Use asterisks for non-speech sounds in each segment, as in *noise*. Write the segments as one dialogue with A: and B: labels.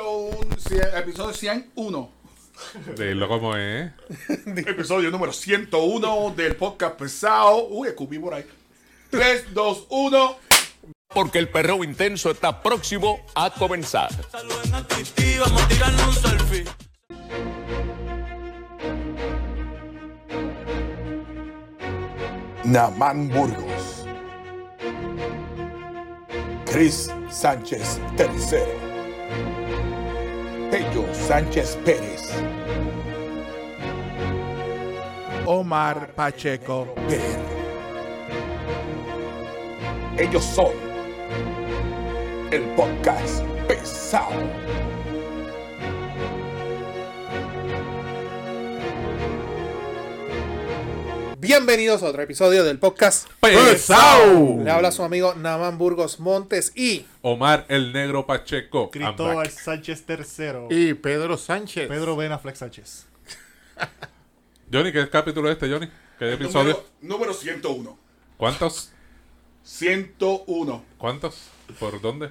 A: 101, cien- episodio 101.
B: De lo como es.
A: *laughs* Episodio número 101 del podcast pesado. Uy, escupí por ahí. 3, 2, 1.
C: porque el perreo intenso está próximo a comenzar.
D: Saluden a Cristi, vamos a tirarnos un selfie.
E: Namán Burgos. Chris Sánchez III. Tello Sánchez Pérez.
A: Omar Pacheco.
E: Ver. Ellos son el podcast pesado.
F: Bienvenidos a otro episodio del podcast.
B: ¡Pesao!
F: Le habla su amigo Naman Burgos Montes y
B: Omar el Negro Pacheco. I'm
G: Cristóbal
B: back.
G: Sánchez III.
H: Y Pedro Sánchez.
G: Pedro Benaflex Sánchez.
B: Johnny, ¿qué capítulo es este, Johnny? ¿Qué episodio?
A: Número, número 101.
B: ¿Cuántos?
A: 101.
B: ¿Cuántos? ¿Por dónde?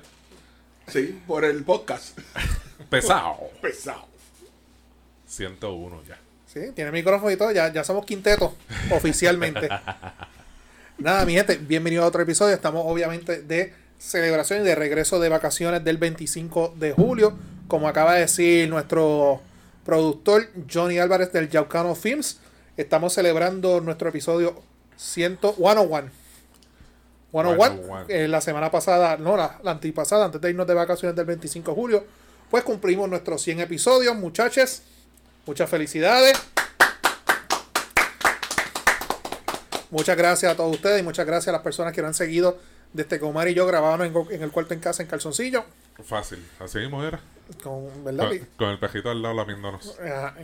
A: Sí, por el podcast *laughs*
B: Pesado.
A: pesado.
B: 101 ya.
F: ¿sí? tiene micrófono y todo, ya, ya somos quinteto
B: *laughs*
F: oficialmente. Nada, mi gente, bienvenidos a otro episodio. Estamos obviamente de celebración y de regreso de vacaciones del 25 de julio. Como acaba de decir nuestro productor Johnny Álvarez del Yaucano Films, estamos celebrando nuestro episodio 100 101. 101,
B: 101.
F: eh, la semana pasada, no, la, la antipasada, antes de irnos de vacaciones del 25 de julio, pues cumplimos nuestros 100 episodios, muchachos. Muchas felicidades. Muchas gracias a todos ustedes y muchas gracias a las personas que nos han seguido desde que Omar y yo grabábamos en, en el cuarto en casa en calzoncillo.
B: Fácil. Así mismo era.
F: Con, ¿verdad?
B: Con, con el pejito al lado lamiéndonos.
A: Ah.
F: Ajá,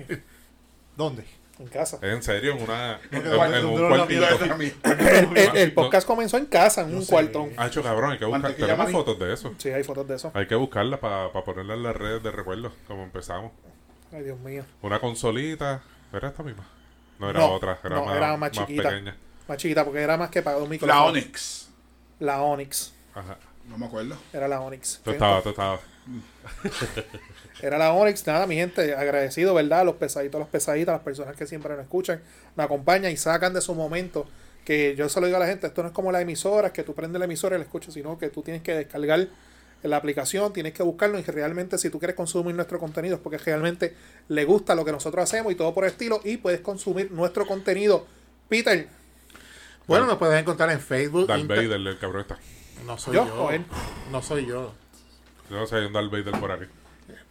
G: ¿Dónde?
F: en casa.
A: Eh,
B: En serio, en
F: *laughs*
B: una. En,
G: no,
B: en
G: no,
B: un
G: no,
B: *laughs* cuartito.
A: Para mí.
F: El, el podcast comenzó en casa, en un cuarto.
B: Ah, hecho cabrón, hay que buscar.
A: Mantequilla
B: Tenemos
A: maní.
B: fotos de eso.
F: Sí, hay fotos de
A: Ah.
F: eso.
B: Hay que buscarlas para ponerlas en las redes de recuerdo, como empezamos.
F: Ay, Dios mío.
B: Una consolita. ¿Era esta misma? No, era
F: No,
B: otra. Era,
F: no,
B: más,
F: era más
B: más
F: chiquita.
B: pequeña.
F: Más chiquita, porque era más que para dos micrófonos.
A: La Onyx.
F: La Onyx.
B: Ajá.
A: No me acuerdo.
F: Era la Onyx.
B: Tú estabas, tú estabas.
F: Era la Onyx, nada, mi gente, agradecido, ¿verdad? A los pesaditos, a las pesaditas, a las personas que siempre nos escuchan, nos acompañan y sacan de su momento. Que yo se lo digo a la gente, esto no es como las emisoras, que tú prendes la emisora y la escuchas, sino que tú tienes que descargar la aplicación, tienes que buscarlo y realmente si tú quieres consumir nuestro contenido es porque realmente le gusta lo que nosotros hacemos y todo por el estilo y puedes consumir nuestro contenido. Peter,
H: Bueno, nos puedes encontrar en Facebook.
B: Darth
H: Insta-
B: Vader, el cabrón está.
H: No soy
F: ¿Yo
H: yo.
F: o él?
H: No soy yo.
B: Yo no sé, hay un Darth Vader por aquí.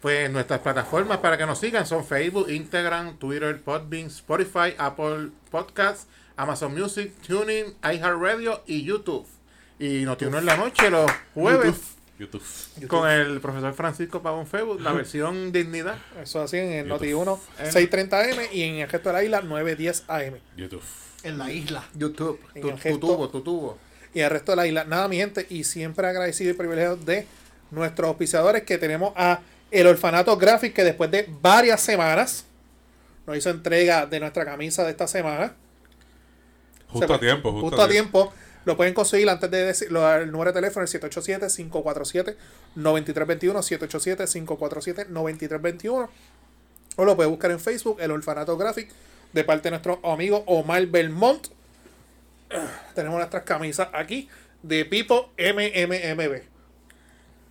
H: Pues nuestras plataformas para que nos sigan son Facebook, Instagram, Twitter, Podbean, Spotify, Apple Podcasts, Amazon Music, Tuning, iHeartRadio y YouTube. Y nos tiene en la noche los jueves
B: YouTube.
H: con el profesor Francisco Pavón Facebook, la versión dignidad.
F: eso así en el
B: YouTube.
F: Noti1 630M y en el resto de la isla 910AM.
B: YouTube.
G: En la isla.
H: YouTube.
F: En
H: Tu,
F: el
H: tu
F: gesto.
H: tubo, tu tubo.
F: y el resto de la isla. Nada, mi gente, y siempre agradecido y privilegiado de nuestros auspiciadores que tenemos a El Orfanato Graphic, que después de varias semanas nos hizo entrega de nuestra camisa de esta semana.
B: Justo
F: Se-
B: a tiempo, justo,
F: a tiempo. Lo pueden conseguir antes de decir lo- el número de teléfono, el 787-547-9321, 787-547-9321. O lo puede buscar en Facebook, El Orfanato Graphic, de parte de nuestro amigo Omar Belmont. *clears throat* Tenemos nuestras camisas aquí de Pipo MMMB.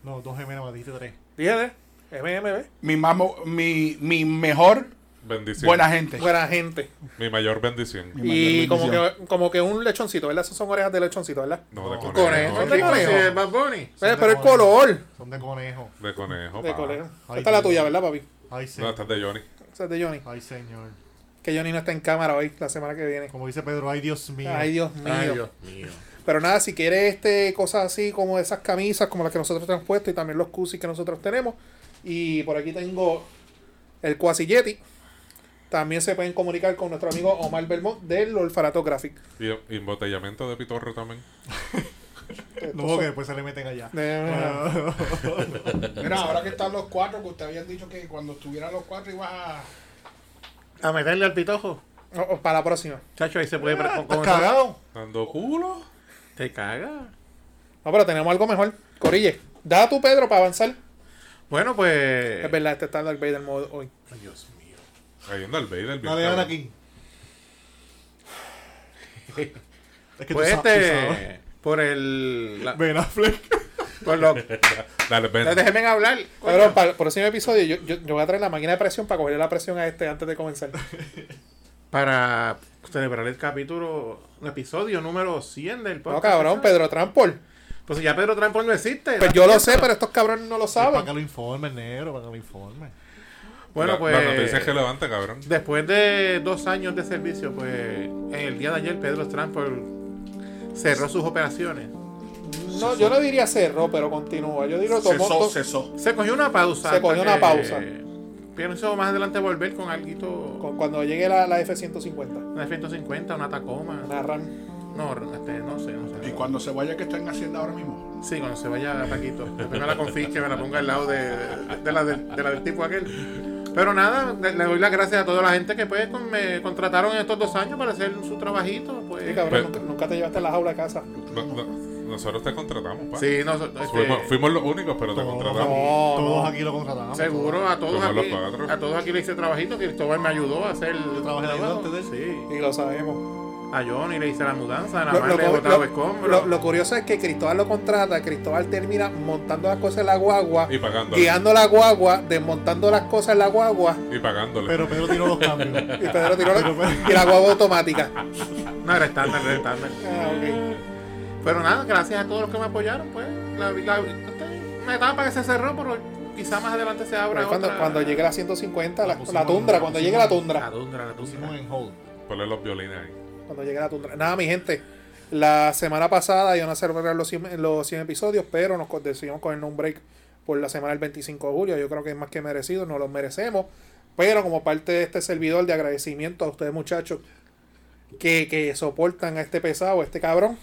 G: No, dos gemelas más, dijiste tres.
F: ¿Entiendes? MMB.
A: Mi, mamo, mi, mi mejor
B: Bendición.
A: buena gente.
F: Buena gente.
B: Mi mayor bendición.
A: Mi
F: Y
A: mayor
F: como
A: bendición.
F: que, como que un lechoncito, ¿verdad? Esas son orejas de lechoncito, ¿verdad?
B: No, de conejo.
H: Conejo.
F: ¿Dónde
H: Rico,
F: conejo?
H: sí, Bad Bunny.
F: Eh,
G: de
F: pero el
G: conejo.
F: color.
G: Son de conejo.
B: De conejo.
F: De
B: pa.
F: colegio.
G: Ay,
F: Esta es la
G: Dios.
F: tuya, ¿verdad, papi?
G: Ay, señor.
B: No, esta es de Johnny.
F: Esa es de Johnny.
G: Ay, señor.
F: Que Johnny no está en cámara hoy, la semana que viene.
G: Como dice Pedro, ay, Dios mío.
F: Ay, Dios mío.
H: Ay, Dios mío.
F: Pero nada, si quieres este, cosas así como esas camisas, como las que nosotros tenemos puesto y también los cusis que nosotros tenemos. Y por aquí tengo el Quasi Yeti. También se pueden comunicar con nuestro amigo Omar Belmont del Olfarato Graphic.
B: Y y embotellamiento de pitorro también.
G: No, porque después se le meten allá. Ah.
F: Eh.
A: Mira, ahora que están los cuatro, que usted habían dicho que cuando estuvieran los cuatro ibas a.
H: A meterle al pitojo.
F: O- o Oh, para la próxima.
H: Chacho, ahí se puede. pre- con-
G: ¿Estás
H: con-
G: cagado?
B: Dando culo.
H: Te caga.
G: Eh.
F: No, pero tenemos algo mejor. Corille, da tu Pedro para avanzar.
H: Bueno, pues.
F: Es verdad, este está en Darth Vader mode hoy.
H: Ay, Dios mío.
B: Hay un Darth Vader bien
G: La de
B: cabrón.
G: Anakin. es que
H: Pues
G: tú sabes, tú sabes.
H: este. Por el. la-
G: Ben Affleck.
H: por
G: *laughs*
H: lo,
B: Dale, ven.
H: déjenme hablar. coño.
F: Pero para el próximo episodio, yo, yo, yo voy a traer la máquina de presión para cogerle la presión a este antes de comenzar.
H: para celebrar el capítulo, el episodio número 100 del
F: No,
H: podcast.
F: cabrón, Pedro Trampol.
H: Pues ya Pedro Trampol no existe.
F: Pues yo lo sé, pero estos cabrones no lo
G: Para que
F: saben.
G: lo informe, negro, para que lo informe.
H: bueno,
B: La-
H: pues.
B: La noticia es que levanta, cabrón.
H: Después de dos años de servicio, pues en el día de ayer Pedro Trampol cerró sus operaciones.
F: No, yo no diría cerró, pero continúa. Yo digo tomó.
A: Cesó,
F: to-
A: cesó.
H: Se cogió una pausa.
F: Se
H: hasta
F: cogió una
H: que-
F: pausa.
H: Pienso más adelante volver con algo.
F: con- cuando llegue la, la F-150.
H: Una F-150, una Tacoma.
F: Una RAM.
H: No, este, no sé, no sé.
A: Y cuando se vaya que está en Hacienda ahora mismo.
H: Sí, cuando se vaya Paquito. Que me la confisque, me la ponga al lado de, de- de la, del- de la del tipo aquel. Pero nada, le, le doy las gracias a toda la gente que pues con- me contrataron en estos dos años para hacer su trabajito. Pues.
F: Sí, cabrón,
B: Pero-
F: nunca, nunca te llevaste la jaula a casa.
B: No- no- nosotros te contratamos, pa.
H: Sí, no, este,
B: Fuimos, fuimos los únicos, pero te
G: Todos,
B: contratamos.
G: aquí,
F: No,
G: todos
F: no.
G: aquí lo contratamos.
H: seguro a todos
B: Fuimos los
H: aquí,
B: cuatro.
H: a todos aquí le hice trabajito. Cristóbal me ayudó a hacer. Yo
G: trabajé de ayudante de él.
H: Sí.
F: Y lo sabemos.
H: A Johnny le hice la mudanza, nada
F: Lo,
H: más
F: lo
H: le he
F: cu-
H: botado
F: lo-
H: escombros.
F: lo- lo curioso es que Cristóbal lo contrata, Cristóbal termina montando las cosas en la guagua,
B: Y pagándole.
F: guiando la guagua, desmontando las cosas en la guagua
B: Y pagándole.
G: Pero Pedro tiró los cambios.
F: y Pedro tiró la,
G: Pero, pero-
F: y la guagua automática.
H: No, era estándar, era estándar.
F: Ah, ok.
H: Pero nada, gracias a todos los que me apoyaron, pues. La, la- esta es una etapa que se cerró, pero quizá más adelante se abra.
F: Pero Pues cuando,
H: otra.
F: cuando llegue la 150, la,
G: pusimos
F: la tundra,
G: en-
F: cuando
G: pusimos
F: llegue la
G: en-
F: tundra.
H: La tundra, la tundra.
G: Pusimos en hold.
B: Ponle los violines ahí.
F: cuando llegue la tundra. Nada, mi gente, la semana pasada iban a celebrar los 100, los 100 episodios, pero nos co- decidimos cogernos un break por la semana del 25 de julio. Yo creo que es más que merecido, nos lo merecemos. Pero como parte de este servidor de agradecimiento a ustedes, muchachos, que, que soportan a este pesado, a este cabrón,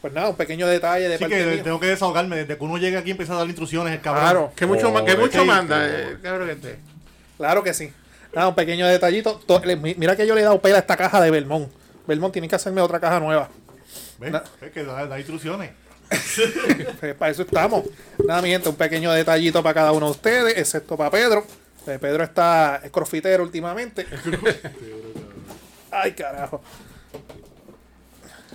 F: pues nada, un pequeño detalle de
G: Así
F: parte
G: que
F: mía.
G: tengo que desahogarme. Desde que uno llega aquí empieza a dar instrucciones, el cabrón.
F: Claro.
H: Que mucho, ma- que
B: Pobre
H: mucho
B: tipo.
H: manda, eh, cabrón que esté.
F: Claro que sí. Nada, un pequeño detallito. To- le- mi- Mira que yo le he dado pela a esta caja de Belmont. Belmont tiene que hacerme otra caja nueva.
G: ¿Ves?
F: Na-
G: ¿Ves que da, da instrucciones.
F: Pues para eso estamos. Nada, mi gente, un pequeño detallito para cada uno de ustedes, excepto para Pedro. Eh, Pedro está es crofitero
H: *laughs*
F: últimamente. Ay, carajo.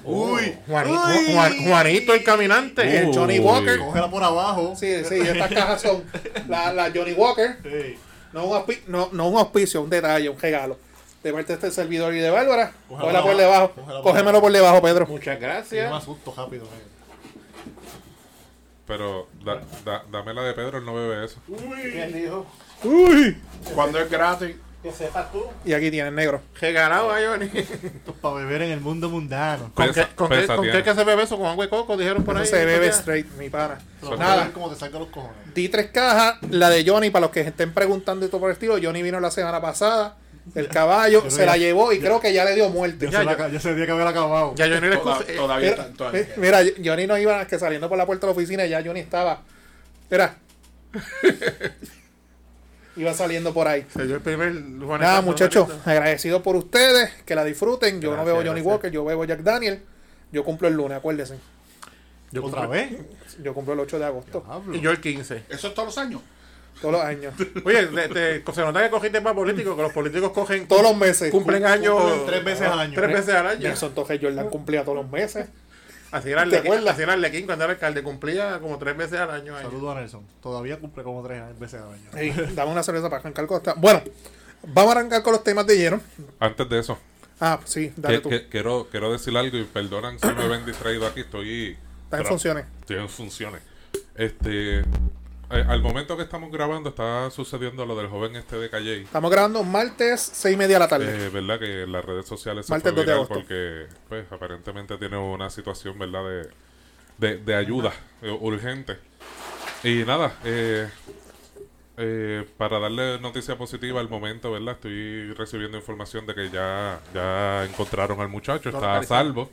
G: Uy.
H: Juani- Ju- Juan- Juanito el caminante.
F: El Johnny Walker.
G: Cógela por abajo.
F: Sí, sí, estas cajas son la, la Johnny Walker.
G: Sí.
F: No un, auspi- no, no un auspicio, un detalle, un regalo. De parte de este servidor y de Bárbara. Cógela
G: Cógela
F: por
G: por
F: debajo.
G: abajo, cógela por
F: Cógemelo por debajo, Pedro.
H: Muchas
G: Yo me
H: gracias.
G: asusto rápido. eh.
B: Pero da- da- dame la de Pedro, él no bebe eso.
H: ¿Quién dijo?
A: Cuando es gratis.
H: Que sepas tú.
F: Y aquí tienen negro.
H: Regalado a ah, Johnny.
G: Esto es para beber en el mundo mundano.
H: ¿Con,
B: Pesa-
H: qué, con, qué,
B: pesa
H: con qué
B: tiene.
H: que se bebe eso? Con agua de coco, dijeron por ahí.
F: Eso se
H: estos
F: bebe
H: días.
F: straight, mi pana.
G: Pero
F: Nada.
G: nada. Como te saca los cojones.
F: Di tres cajas, la de Johnny, para los que estén preguntando y todo por el estilo, Johnny vino la semana pasada, el caballo
G: Yo
F: se
G: creo
F: la
G: ya-
F: llevó y creo que ya le dio muerte.
G: Ya,
H: Ya,
G: se, la,
H: ya.
G: ca- ya se tenía que haber acabado.
H: Ya Johnny le
A: Toda-
H: excusa. eh,
A: todavía
F: Mira,
A: está. todavía
F: eh,
A: está.
F: mira, Johnny no iba que saliendo por la puerta de la oficina, ya Johnny estaba. Era. *laughs* iba saliendo por ahí.
H: se dio el primer Juanito.
F: Nada, muchachos, agradecido por ustedes, que la disfruten. Yo no
H: Gracias,
F: veo Johnny
H: gracias.
F: Walker, yo veo Jack Daniel. Yo cumplo el lunes, acuérdense.
H: Yo
G: ¿Otra
H: cumplo-
G: vez?
F: Yo cumplo el 8 de agosto,
G: Pablo.
H: Y yo el 15.
A: Eso es todos los años.
F: todos los años,
H: Oye, te- te- se nota que cogiste para políticos, que los políticos cogen.
F: todos los meses.
H: *laughs* cumplen años
G: cumplen tres veces al año.
H: Tres veces al año.
F: Nelson Toje Jordan cumplía todos los meses.
H: Así era
F: ¿Te
H: Arlequín,
F: acuerdas?
H: así era Arlequín cuando era alcalde, cumplía como tres veces al año. ahí.
G: Saludos a Nelson. Todavía cumple como tres veces al año.
F: Ey, dame una cerveza para arrancar con esta. Bueno, vamos a arrancar con los temas de lleno.
B: Antes de eso,
F: Ah, sí, dale
B: que-
F: tú.
B: que- quiero, quiero decir algo y perdonan si me ven distraído aquí. Estoy.
F: Está en
B: tra-
F: funciones.
B: Estoy en funciones. Este. eh, al momento que estamos grabando, está sucediendo lo del joven este de Calle.
F: Estamos grabando martes, seis y media de la tarde.
B: Eh, verdad que en las redes sociales se
F: Martes
B: fue
F: 2 de
B: viral
F: agosto.
B: porque pues aparentemente tiene una situación verdad de, de, de ayuda eh, urgente y nada eh, eh, para darle noticia positiva al momento verdad estoy recibiendo información de que ya ya encontraron al muchacho
H: Lo
B: está a
H: localizaron.
B: salvo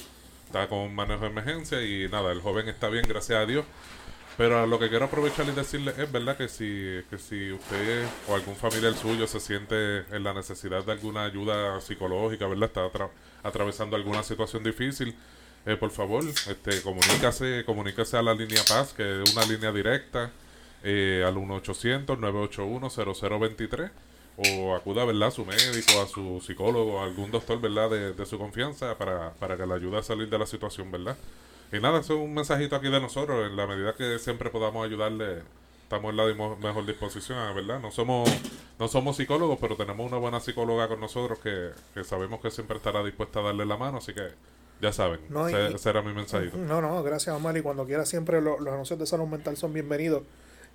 B: está con manejo de emergencia y nada el joven está bien gracias a Dios pero a lo que quiero aprovechar y decirles es verdad que si, que si usted o algún familiar suyo se siente en la necesidad de alguna ayuda psicológica, ¿verdad? Está atra- atravesando alguna situación difícil, eh, por favor, este, comunícase, comunícase a la línea Paz, que es una línea directa. eh, al 1-800-981-0023 o acuda ¿verdad? a su médico, a su psicólogo, a algún doctor ¿verdad? De, de su confianza para, para que le ayude a salir de la situación. ¿verdad? Y nada, eso es un mensajito aquí de nosotros. En la medida que siempre podamos ayudarle, estamos en la dimo- mejor disposición, ¿verdad? No somos, no somos psicólogos, pero tenemos una buena psicóloga con nosotros que, que sabemos que siempre estará dispuesta a darle la mano, así que ya saben,
F: No, y-
B: ese, ese era mi mensajito.
F: No, no, gracias Omar. Y cuando quiera siempre lo- los anuncios de salud mental son bienvenidos.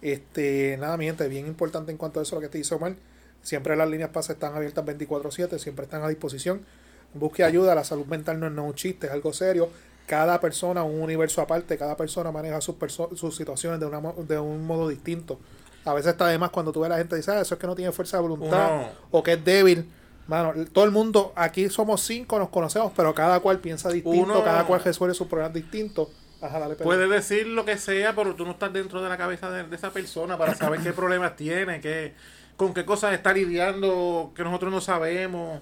F: Este, nada, mi gente, bien importante en cuanto a eso lo que te dice Omar. Siempre las líneas PASA están abiertas 24/7, siempre están a disposición. Busque ayuda, la salud mental no es no es un chiste, es algo serio. Cada persona, un universo aparte, cada persona maneja sus, perso- sus situaciones de, una mo- de un modo distinto. A veces está además cuando tú ves a la gente dice, "Ah, eso es que no tiene fuerza de voluntad
H: Uno-
F: o que es débil. Mano, todo el mundo, aquí somos cinco, nos conocemos, pero cada cual piensa distinto,
H: Uno-
F: cada cual resuelve sus problemas distintos. Ajá, dale, Pedro.
H: Puedes decir lo que sea, pero tú no estás dentro de la cabeza de, de esa persona para saber qué problemas tiene, qué, con qué cosas está lidiando, que nosotros no sabemos.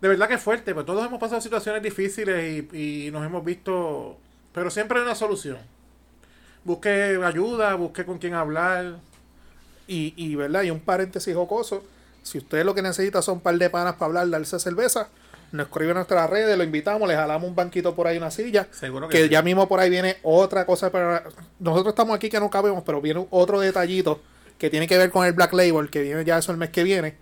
H: De verdad que es fuerte, pero todos hemos pasado situaciones difíciles y, y nos hemos visto... Pero siempre hay una solución. Busque ayuda, busque con quién hablar.
F: Y, y, ¿verdad? Y un paréntesis jocoso. Si usted lo que necesita son un par de panas para hablar, darse cerveza, nos escribe a nuestras redes, lo invitamos, le jalamos un banquito por ahí, una silla.
H: Seguro que
F: que
H: sí.
F: ya mismo por ahí viene otra cosa para... Nosotros estamos aquí que no cabemos, pero viene otro detallito que tiene que ver con el Black Label, que viene ya eso el mes que viene.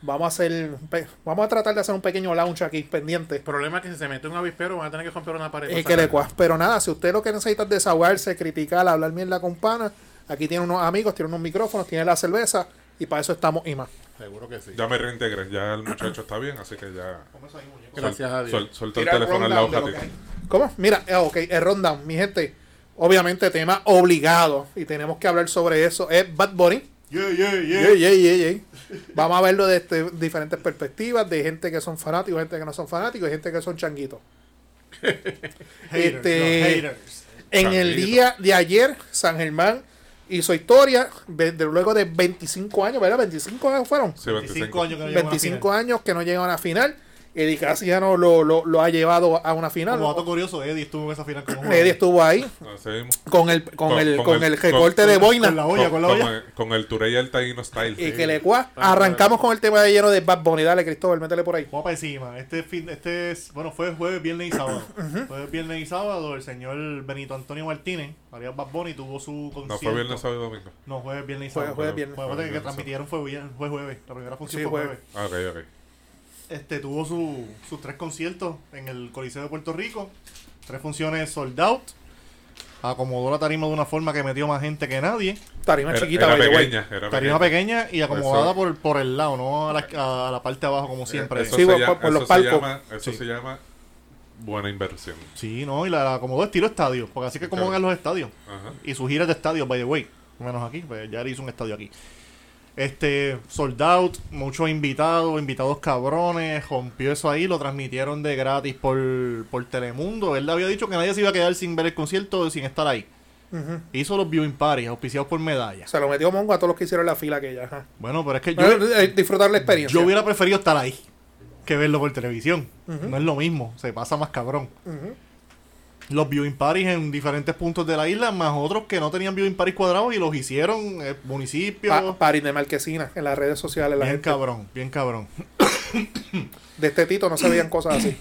F: Vamos a hacer... un pe- Vamos a tratar de hacer un pequeño launch aquí pendiente.
H: El problema es que si se mete un avispero van a tener que romper una pared.
F: Es
H: para
F: que le
H: sacarlo.
F: cuas. Pero nada, si usted lo que necesita es desahogarse, criticar, hablar mierda con pana, aquí tiene unos amigos, tiene unos micrófonos, tiene la cerveza y para eso estamos y más.
H: Seguro que sí.
B: Ya me reintegré, ya el muchacho está bien, así que ya.
H: Gracias a Dios.
B: Suel- suelta el
A: Tira el
B: teléfono al lado
A: rundown de lo
B: ratito.
A: que hay.
F: ¿Cómo? Mira, eh, ok, el rundown, mi gente. Obviamente, tema obligado y tenemos que hablar sobre eso. Es Bad Bunny.
G: Yeah, yeah, yeah.
F: Yey, yey, yey, yey. Vamos a verlo desde diferentes perspectivas, de gente que son fanáticos, gente que no son fanáticos y gente que son changuitos.
G: *laughs* Haters,
F: Este-
G: los haters.
F: En el
B: Changuito.
F: día de ayer, San Germán hizo historia, ve- de, luego de 25 años, ¿verdad? 25 años fueron.
B: Sí,
G: 25 años que no llegan a una
F: 25
G: final.
F: años que no llegan a la final. Eddie Casiano lo, lo, lo ha llevado a una final.
G: Como dato curioso, Eddie estuvo en esa final con un
F: Eddie estuvo ahí
B: Así mismo.
F: con el con,
B: Con-
F: el
B: con
F: con
B: el-
F: el recorte
B: con-
F: de
B: con-
F: boina
G: con la olla,
B: con,
G: con la olla.
B: con el, con el Turey el Taíno Style.
F: y
B: sí.
F: que le cua. Arrancamos con el tema de lleno de Bad Bunny. Dale, Cristóbal, métele por ahí.
G: Vamos para encima. Este fin, este es, bueno, fue jueves, viernes y sábado. Jueves, viernes y sábado, el señor Benito Antonio Martínez, Arias Bad Bunny, tuvo su concierto.
B: No fue viernes, sábado y domingo.
G: No, jueves, viernes y
F: Jueves,
G: sábado.
F: jueves, viernes.
G: Bueno, acuérdate que,
B: Jueves,
G: que transmitieron fue, vier- fue jueves. La primera función
F: Sí,
G: fue
F: jueves.
G: jueves.
B: Ah, Ok, ok.
G: Este tuvo su- sus tres conciertos en el Coliseo de Puerto Rico. Tres funciones sold out. Acomodó la tarima de una forma que metió más gente que nadie.
F: Tarima
B: Era,
F: chiquita,
B: era
F: by the way.
B: pequeña, era pequeña.
G: Tarima
B: Pues
G: pequeña y acomodada por, por el lado, no a la, a la parte de abajo como siempre.
B: Eh, Eso
F: Sí,
B: se
F: por-
B: llama-
F: por los
B: eso se
F: palcos.
B: llama- Eso
G: Sí.
B: se llama buena inversión.
G: Sí, no, y la acomodó estilo estadio, porque así que como
B: Claro.
G: los estadios.
F: *laughs*
B: Ajá.
G: Y sus giras de estadios, by the way. Menos aquí, pues ya le hizo un estadio aquí. Este, sold out, muchos invitados, invitados cabrones, rompió eso ahí, lo transmitieron de gratis por, por Telemundo. Él le había dicho que nadie se iba a quedar sin ver el concierto, sin estar ahí. Hizo los viewing parties, auspiciados por medallas.
F: Se lo metió Mongo a todos los que hicieron la fila aquella. ajá.
G: Bueno, pero es que yo,
F: Bueno, eh, disfrutar la experiencia.
G: yo hubiera preferido estar ahí que verlo por televisión. No es lo mismo, se pasa más cabrón. Los viewing parties en diferentes puntos de la isla, más otros que no tenían viewing parties cuadrados y los hicieron eh, municipios.
F: Pa- Party de Marquesina en las redes sociales. Ah, La
G: bien
F: gente-
G: cabrón, bien cabrón.
F: de este Tito no se veían cosas así.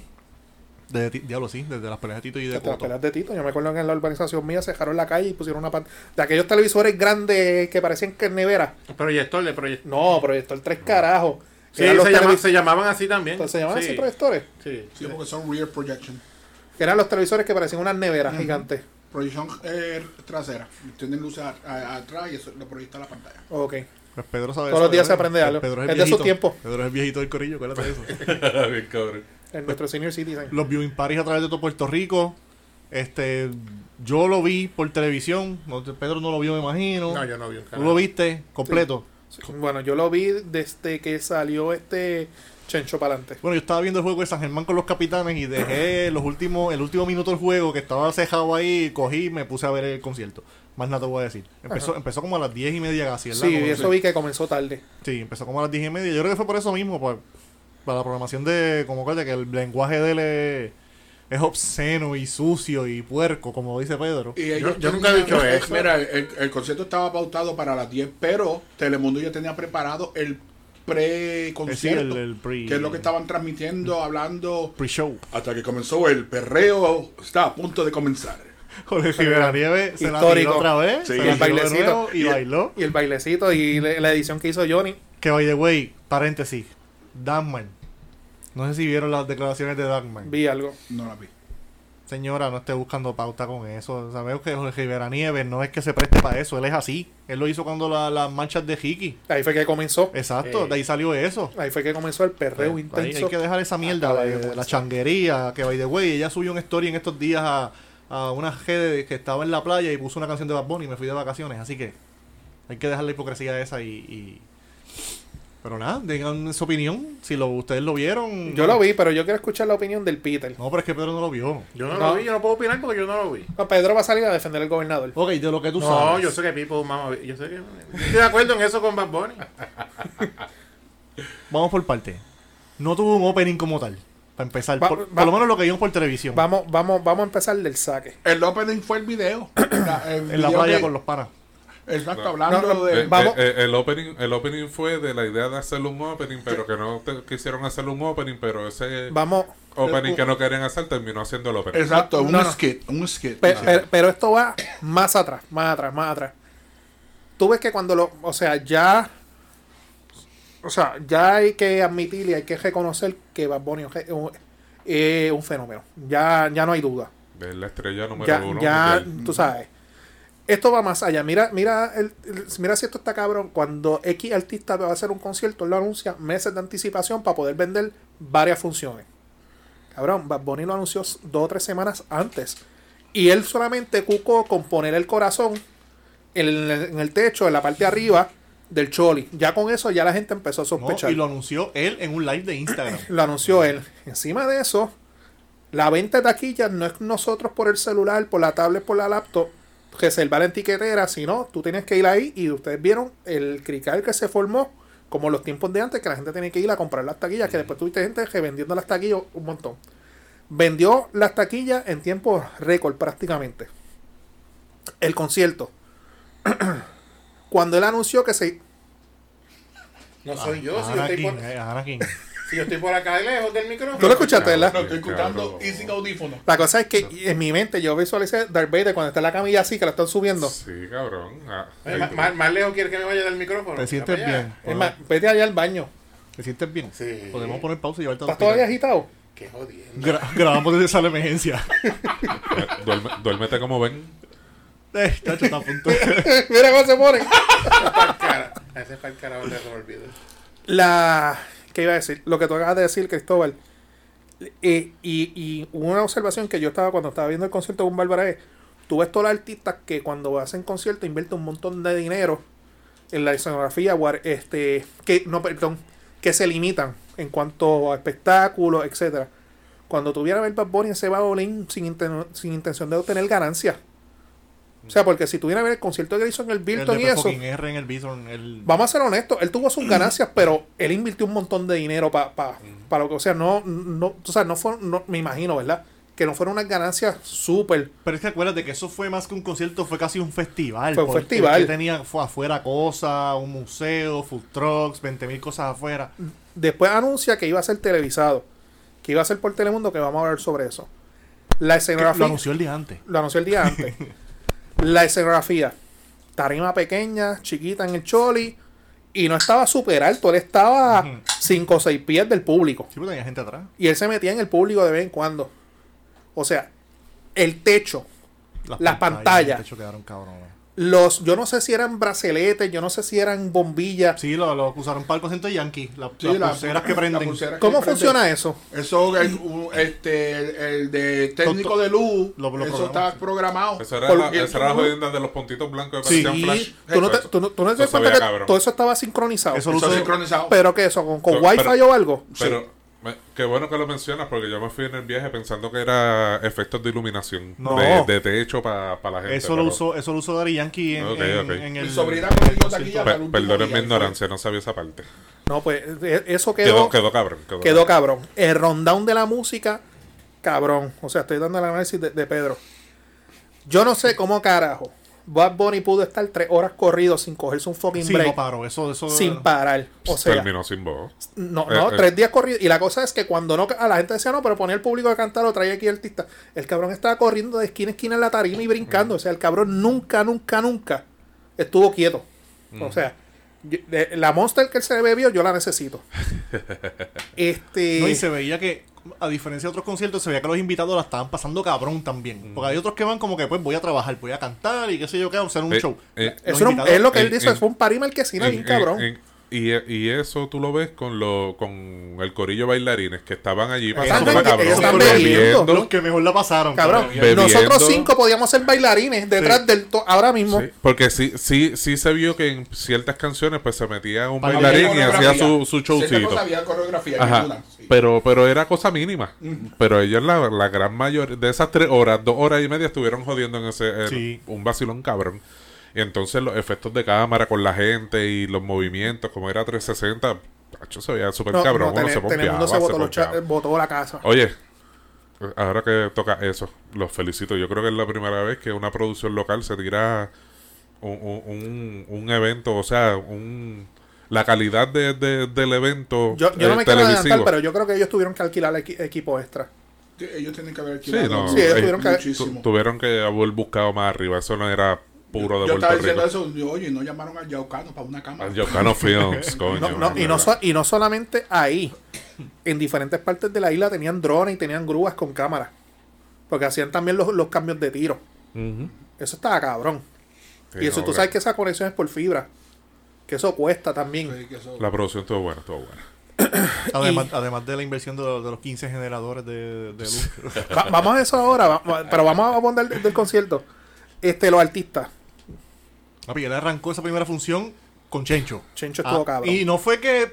G: Desde, ti- diablo, sí, desde las peleas de Tito y de
F: Hasta las
G: Coto.
F: peleas de Tito. Yo me acuerdo que en la urbanización mía se dejaron la calle y pusieron una pan- De aquellos televisores grandes que parecían que nevera.
H: Proyector de proyector.
F: No, proyector tres carajos.
H: Sí, se,
F: Eran los
H: llama-
F: televis-
H: se llamaban así también.
F: Pues ¿Se llamaban
H: Sí.
F: así proyectores?
H: Sí.
A: Sí, porque son rear projection.
F: Que eran los televisores que parecían unas neveras gigantes.
A: Proyección eh, trasera. Tienen luces a- a- atrás y eso lo proyecta a la pantalla.
F: Ok.
G: Pues Pedro
F: Todos
G: sabe eso,
F: los días se
G: ¿verdad?
F: aprende
G: El
F: algo.
G: Pedro
F: Es de esos
G: viejito.
F: tiempos.
G: Pedro es el viejito del corillo, acuérdate
F: *laughs*
G: de eso.
B: Bien cabrón.
F: En nuestro senior citizen.
G: los viewing parties a través de todo Puerto Rico. Este, yo lo vi por televisión. No, te- Pedro no lo vio, me imagino.
H: No, yo no vi un
G: ¿Tú
H: carajo.
G: lo viste completo?
F: Bueno, yo lo vi desde que salió este Chencho Palante.
G: Bueno, yo estaba viendo el juego de San Germán con los capitanes y dejé los últimos, el último minuto del juego que estaba cejado ahí, cogí y me puse a ver el concierto. Más nada te voy a decir. Empezó, empezó como a las 10 y media casi, ¿verdad?
F: Sí,
G: Como-
F: eso vi que comenzó tarde.
G: Sí, empezó como a las 10 y media. Yo creo que fue por eso mismo, por- para la programación de, como que, de que el lenguaje de él es- es obsceno y sucio y puerco, como dice Pedro.
A: Y ellos
H: yo nunca he dicho
A: tenían-
H: eso.
A: Mira, el, el concierto estaba pautado para las 10, pero Telemundo ya tenía preparado el
G: Es
A: pre-concierto,
G: decir, el- el pre-
A: que es lo que estaban transmitiendo, hablando,
G: Pre-show.
A: hasta que comenzó el perreo, está a punto de comenzar.
G: Jorge Rivera Nieves se la
F: Histórico.
G: tiró otra vez,
A: Sí.
G: se
A: Y
G: la
A: el
G: tiró de
F: bailecito.
G: nuevo y,
A: Y el-
G: bailó.
F: Y el bailecito y le- la edición que hizo Johnny.
G: Que by the way, paréntesis, Dagman. No sé si vieron las declaraciones de Dagman.
F: Vi algo.
A: No la vi.
G: Señora, no esté buscando pauta con eso. Sabemos que Jorge Rivera Nieves no es que se preste para eso, él es así. Él lo hizo cuando la- las marchas de Hiki.
F: Ahí fue que comenzó.
G: Exacto, de ahí salió eso.
F: Ahí fue que comenzó el perreo
G: Pues, Ahí
F: intenso.
G: hay que dejar esa mierda,
F: Acaba
G: la,
F: de
G: la changuería, que by the way, ella subió una story en estos días a, a una gente que estaba en la playa y puso una canción de Bad Bunny y me fui de vacaciones, así que hay que dejar la hipocresía esa y... y- Pero nada, digan su opinión, si lo, ustedes lo vieron...
F: Yo lo vi, pero yo quiero escuchar la opinión del Peter.
G: No, pero es que Pedro no lo vio.
H: Yo no,
F: No.
H: lo vi, yo no puedo opinar porque yo no lo vi.
F: No, Pues Pedro va a salir a defender al gobernador.
G: Ok, de lo que tú
H: No,
G: sabes.
H: yo sé que People, mamá, yo sé que... yo Estoy de acuerdo en eso con Bad Bunny.
G: Vamos por parte. No tuvo un opening como tal, para empezar.
F: Va-
G: por,
F: va-
G: por lo menos lo que vimos por televisión.
F: Vamos, vamos, vamos a empezar del saque.
A: El opening fue el
G: *coughs*
A: video. La- el
G: en la
A: video
G: playa
A: que-
G: con los panas.
A: Exacto,
B: No.
A: hablando
F: No, no,
A: de...
B: Eh,
F: Pues Vamos.
B: eh, eh, el, opening, el opening fue de la idea de hacer un opening, pero que no te- quisieron hacer un opening, pero ese
F: Vamos.
B: opening
F: eh, uh.
B: que no querían hacer terminó haciendo el opening.
A: Exacto, un
F: No, no.
A: skit, un skit.
F: Pe- pe-
G: eh,
F: Pero, esto va más atrás, más atrás, más atrás. Tú ves que cuando lo. O sea, ya. O sea, ya hay que admitir y hay que reconocer que Bad Bunny es un- es un, es un fenómeno. Ya, ya no hay duda.
B: Es la estrella número
F: ya,
B: uno.
F: ya
B: mundial.
F: tú sabes. Esto va más allá. Mira, mira, el- el- mira si esto está cabrón. Cuando X artista va a hacer un concierto, él lo anuncia meses de anticipación para poder vender varias funciones. Cabrón, Bad Bunny lo anunció s- dos o tres semanas antes. Y él solamente cucó con poner el corazón en el, en el techo, en la parte de arriba del Choli. Ya con eso ya la gente empezó a
G: ¿no?
F: sospechar
G: Y lo anunció él en un live de Instagram.
F: lo anunció él. Encima de eso, la venta de taquillas no es nosotros por el celular, por la tablet, por la laptop, reservar en tiquetera, sino tú tienes que ir ahí y ustedes vieron el crical que se formó, como los tiempos de antes, que la gente tenía que ir a comprar las taquillas, que después tuviste gente vendiendo las taquillas un montón. Vendió las taquillas en tiempo récord prácticamente. El concierto. *clears throat* Cuando él anunció que se...
H: No soy yo, si yo, estoy
G: Anakin,
H: por,
G: eh, Anakin.
H: si yo estoy por acá lejos del micrófono.
F: ¿Tú lo escuchaste,
B: Claro,
F: verdad?
A: No, estoy
B: claro.
A: escuchando y sin audífono.
F: La cosa es que en mi mente yo visualicé Darth Vader cuando está en la camilla así, que la están subiendo.
B: Sí, cabrón. Ah,
H: Oye,
B: ahí
H: Eh, ma-
B: tú.
H: más, más lejos quieres que me vaya del micrófono.
G: ¿Te sientes
H: Para allá.
G: bien?
F: Es más, vete allá al baño.
G: ¿Te sientes bien?
H: Sí.
G: Podemos poner pausa y llevarte al
F: ¿Estás todavía
G: hospital.
F: agitado? *laughs*
H: Qué jodiendo.
G: Gra- *laughs* grabamos desde esa emergencia. *laughs*
B: Eh, duerme- duérmete como ven.
G: Eh, tacho, está a punto.
F: *laughs* Mira cómo se ponen.
H: Cara, ese es para el carajo de olvido.
F: La. ¿Qué iba a decir? Lo que tú acabas de decir, Cristóbal. Eh, y, y una observación que yo estaba cuando estaba viendo el concierto con Bárbara es: tú ves todos los artistas que cuando hacen concierto invierten un montón de dinero en la escenografía, guar- este, que, no, perdón, que se limitan en cuanto a espectáculos, etcétera. Cuando tuviera el Bad Bunny se va a Olin sin, inten- sin intención de obtener ganancias. O sea, porque si tuviera a ver el concierto que hizo en el
G: el
F: Bilton
G: de
F: y eso.
G: fucking R en el Bison. El...
F: Vamos a ser honestos, él tuvo
G: Mm.
F: sus ganancias, pero él invirtió un montón de dinero para lo que, o sea, no, no, o sea, no fue, no, me imagino, ¿verdad? Que no fueron unas ganancias súper.
G: Pero es que acuérdate que eso fue más que un concierto, fue casi un festival.
F: Fue un
G: porque
F: festival.
G: él tenía fue afuera cosas, un museo, food trucks, 20.000 cosas afuera.
F: Después anuncia que iba a ser televisado, que iba a ser por Telemundo, que vamos a hablar sobre eso. La
G: Que Lo
F: escenografía.
G: anunció el día antes.
F: lo anunció el día
G: *laughs*
F: antes. la escenografía. Tarima pequeña, chiquita en el choli. Y no estaba súper alto, él estaba 5 o 6 pies del público.
G: Sí, pero tenía gente atrás.
F: Y él se metía en el público de vez en cuando. O sea, el techo, Las pantallas.
G: De hecho, quedaron cabrones.
F: los, yo no sé si eran braceletes, yo no sé si eran bombillas.
G: Sí, lo, lo usaron para el concierto de Yankee. La,
A: Sí,
G: las
A: la-
G: pulseras que
A: la
G: prenden.
A: pulsera que
F: ¿Cómo
A: prende.
F: funciona eso?
A: Eso es un- este, el, el de técnico
G: Lo-
A: de luz,
G: lo- lo
A: eso
G: programas,
A: está
G: sí.
A: programado.
B: Esa era,
A: Por-
B: la,
A: y-
B: esa era la jodienda de los puntitos blancos que
G: Sí.
B: parecían flash.
F: Y tú no te,
B: Eso-
F: tú no- tú no te
B: eso
F: das cuenta
B: sabía
F: que
B: cabrón.
F: todo eso estaba sincronizado.
G: Eso lo
A: Eso
G: usó-
A: sincronizado.
F: pero que eso, con, con
B: Pero-
F: wifi
B: pero-
F: o algo.
B: Pero me- qué bueno que lo mencionas porque yo me fui en el viaje pensando que era efectos de iluminación
G: No.
B: de, de techo para la gente.
G: Eso lo,
B: Este, pero-
G: usó, eso lo usó Daddy Yankie en,
B: Ok,
G: en-
B: ok.
G: en el.
A: Mi
G: Pues,
A: sobrina consiguió taquilla
B: Pe-
A: para el último
B: perdonen
A: día,
B: mi
A: y fue-
B: ignorancia, no sabía esa parte.
F: No, pues e- eso
B: Quedó,
F: quedó,
B: quedó cabrón.
F: quedó cabrón. El rundown de la música cabrón. O sea, estoy dando el análisis de, de Pedro. Yo no sé cómo carajo Bad Bunny pudo estar tres horas corrido sin cogerse un fucking
G: Sí,
F: break.
G: no paro. Eso, eso.
F: sin parar. O sea,
B: Terminó sin voz.
F: no,
B: pues Eh,
F: no,
B: eh.
F: tres días corridos. Y la cosa es que cuando no, ca- a la gente decía, no, pero ponía el público a cantar o traía aquí el artista. El cabrón estaba corriendo de esquina a esquina en la tarima y
B: Mm.
F: brincando. O sea, el cabrón nunca, nunca, nunca estuvo quieto.
B: Mm.
F: O sea, yo- de- la monster que él se bebió, yo
B: *laughs*
F: la necesito. este.
G: No, y se veía que, a diferencia de otros conciertos, se veía que los invitados la estaban pasando cabrón también.
B: Mm.
G: Porque hay otros que van como que, pues voy a trabajar, voy a cantar y qué sé yo qué, a hacer un
B: Eh,
G: show.
B: eh,
G: Los
F: eso era un-
G: invitados-
F: es lo que él
B: en-
F: dice,
B: en-
F: fue un parima marquesina bien
B: En-
F: cabrón.
B: en- y, y eso tú lo ves con lo con el corillo bailarines que estaban allí pasando
F: Están-
B: cabrón.
F: ellos están
B: bebiendo.
G: Los que mejor la pasaron.
F: cabrón,
B: bebiendo.
F: nosotros cinco podíamos ser bailarines detrás
G: Sí.
F: del. to- ahora mismo.
B: Sí, porque sí, sí, sí se vio que en ciertas canciones pues se metía un
G: Para
B: bailarín y
A: Había
B: hacía
A: coreografía.
B: su, su
A: Cierta
B: showcito.
A: cosa había coreografía,
B: Ajá.
A: ninguna, sí.
B: Pero, pero era cosa mínima. Pero ellos la, la gran mayoría, de esas tres horas, dos horas y media estuvieron jodiendo en ese en
G: Sí.
B: un vacilón cabrón. Y entonces los efectos de cámara con la gente y los movimientos, como era 360, tacho, se veía súper
F: No,
B: cabrón.
F: no,
B: uno
F: Tele-
B: se
F: Telemundo
B: pompeaba,
F: se
B: se
F: botó, los cha- eh,
B: pompeaba.
F: botó la casa.
B: Oye, ahora que toca eso, los felicito. Yo creo que es la primera vez que una producción local se tira un, un- un- un evento, o sea, un, la calidad de- de- del evento
F: Yo, yo no
B: eh,
F: me quiero adelantar, pero yo creo que ellos tuvieron que alquilar equi- equipo extra.
A: Sí, Ellos tienen que haber
B: Sí, no,
A: alquilado
F: Sí, ellos tuvieron que-
A: muchísimo.
B: tu- tuvieron que haber buscado más arriba. Eso no era puro de Ah,
A: Yo
B: Puerto
A: estaba
B: Rico.
A: diciendo eso, yo, oye, no llamaron al Yaucano para una cámara.
B: Al Yocano Films, coño.
F: No, no, y, no so- y no solamente ahí. En diferentes partes de la isla tenían drones y tenían grúas con cámaras. Porque hacían también los, los cambios de tiro.
B: Ujú.
F: Eso estaba cabrón.
B: Sí,
F: y eso
B: no,
F: tú
B: la-
F: sabes que esa conexión es por fibra. Que eso cuesta también.
A: Sí, que eso-
B: La producción estuvo buena, estuvo buena.
G: Además, además de la inversión de, los- de los 15 generadores de, de luz. *laughs*
F: Va- vamos a eso ahora, va- va- pero vamos a poner del, del concierto. Este, los artistas.
G: Papi, él arrancó esa primera función con Chencho.
F: Chencho estuvo
G: Ah,
F: cabrón.
G: Y no fue que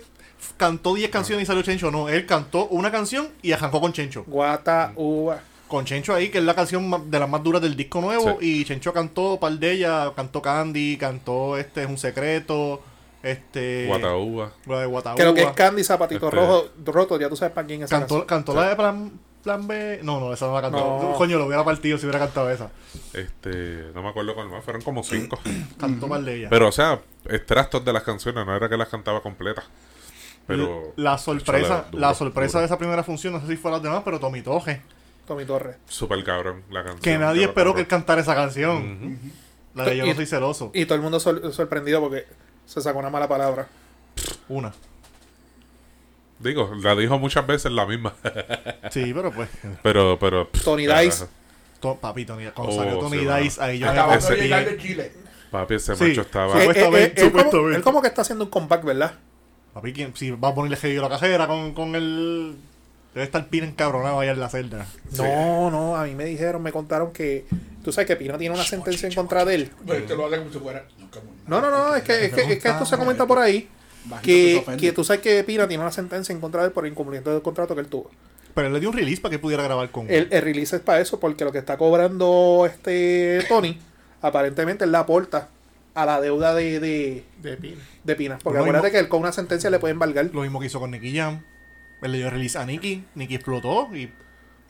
G: cantó 10 canciones y salió Chencho, no. Él cantó una canción y arrancó con Chencho.
F: Guata, uva.
G: Con Chencho ahí, que es la canción ma- de las más duras del disco nuevo. Y Chencho cantó par de ellas. Cantó Candy, cantó Este es un secreto. Este.
B: Guataúba.
G: La de Guataúba.
F: Que lo que es Candy, zapatito
B: Este-
F: rojo, roto, ya tú sabes para quién es esa
G: Cantó,
F: canción.
G: cantó la de plan, plan B. No, no, esa no la cantó.
F: No.
G: Coño, lo hubiera partido si hubiera cantado esa.
B: Este, no me acuerdo cuál más, fueron como cinco.
G: Cantó par de ellas.
B: Pero, o sea, extractos de las canciones, no era que las cantaba completas. Pero.
G: la sorpresa,
B: Chula, duro,
G: la sorpresa
B: duro.
G: de esa primera función, no sé si fue las demás, pero Tommy Toje.
F: Tommy Torres.
B: Super cabrón la canción.
G: Que
B: Yo
G: nadie
B: la
G: esperó
B: compro.
G: que él cantara esa canción. La de Yo no
F: Y-
G: soy celoso.
F: Y todo el mundo sor- sorprendido porque se sacó una mala palabra.
G: Una.
B: Digo, la dijo muchas veces la misma. *laughs*
G: Sí, pero pues.
B: Pero, pero. pff,
F: Tony
B: carajo.
F: Dice.
G: to- papi, Tony, cuando
B: Oh,
G: salió Tony
B: sí, mano.
G: Dice, ahí yo me
A: Acabando
B: ese-
A: de
G: rompí.
A: llegar de Chile.
B: Papi, ese
G: Sí.
B: macho estaba.
G: Sí.
F: Eh, eh,
G: Supuestamente,
F: eh, él, como,
G: supuestamente.
F: él como que está haciendo un comeback, ¿verdad?
G: Papi, ¿quién- si va a ponerle heavy a la cajera con, con el. Debe estar Pina encabronado allá en la celda.
F: No, no, a mí me dijeron, me contaron que. Tú sabes que Pino tiene una sentencia en contra de él.
A: Pero Pues, te lo hablan como si fuera. No, como nada.
F: No, no, no, es que, es que, es que esto se comenta por ahí.
A: Bajito que se
F: Que,
A: ofende.
F: que tú sabes que Pina tiene una sentencia en contra de él por incumplimiento del contrato que él tuvo.
G: Pero él le dio un release para que pudiera grabar con.
F: El, el release es para eso, porque lo que está cobrando este Tony, aparentemente él la aporta a la deuda de, de,
H: De pina.
F: de Pina. Porque
G: Lo mismo-
F: acuérdate que él con una sentencia le pueden valgar.
G: Lo mismo que hizo con Nicky Jam. Él le dio release a Nicky. Nicky explotó y.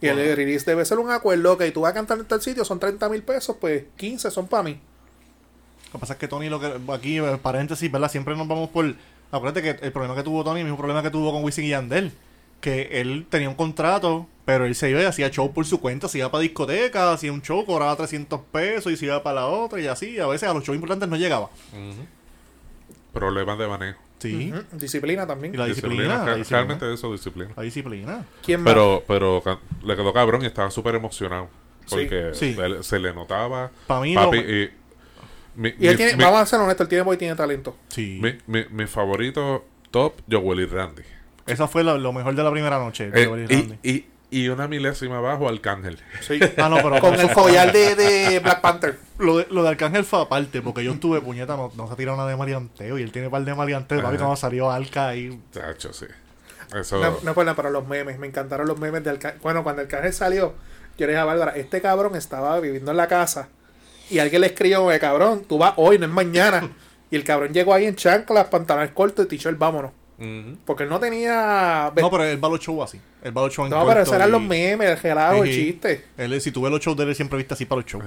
F: Y el release debe ser un acuerdo, que tú vas a cantar en tal sitio, son 30 mil pesos, pues 15 son para mí.
G: Lo que pasa es que Tony, lo que, aquí, eh, paréntesis, ¿verdad? Siempre nos vamos por. Acuérdate que el problema que tuvo Tony, el mismo problema que tuvo con Wisin y Yandel. Que él tenía un contrato, pero él se iba y hacía show por su cuenta. Se iba para discoteca, hacía un show, cobraba 300 pesos y se iba para la otra y así. A veces a los shows importantes no llegaba.
B: Problemas de manejo.
G: Sí.
F: Ujú, Disciplina también.
G: Y la disciplina. La
B: Real-
G: disciplina.
B: Realmente eso, disciplina.
G: La disciplina.
F: ¿Quién más?
B: Pero, pero ca- le quedó cabrón y estaba súper emocionado. Porque
G: Sí.
B: él- se le notaba.
G: Pa' mí
B: Papi,
G: lo-
B: y. Mi,
F: y él
B: mi-
F: tiene,
B: mi-
F: vamos a ser honestos, él tiene voz y tiene talento.
G: Sí.
B: mi- mi- mi favorito top, Joel y Randy.
G: Esa fue la- lo mejor de la primera noche. de
B: Eh,
G: Joel y
B: y-
G: Randy.
B: y, y una milésima abajo, Arcángel.
G: Ah, no,
F: *laughs*
G: pero
F: Con
G: eso
F: el collar de, de Black Panther.
G: Lo de, lo de Arcángel fue aparte, porque yo estuve puñeta, no, no se ha tirado una de Marianteo y él tiene par de Marianteo. Papi,
B: Ajá.
G: cuando salió Alca ahí.
B: Tacho, sí. Eso.
F: No, no fue nada, pero los memes, me encantaron los memes de Arca- Bueno, cuando Arcángel salió, yo le dije a Bárbara, este cabrón estaba viviendo en la casa y alguien le escribió, "Eh, cabrón, tú vas hoy, no es mañana. Y el cabrón llegó ahí en chanclas, pantalones cortos y t-shirt, vámonos. Porque él no tenía.
G: No, pero él va a los shows así. Él va a los shows en
F: No, pero
G: corto
F: esos eran
G: y-
F: los memes, el gelado, el
G: Ejí.
F: chiste.
G: Él, si tú ves los shows de él, él siempre viste así para los shows.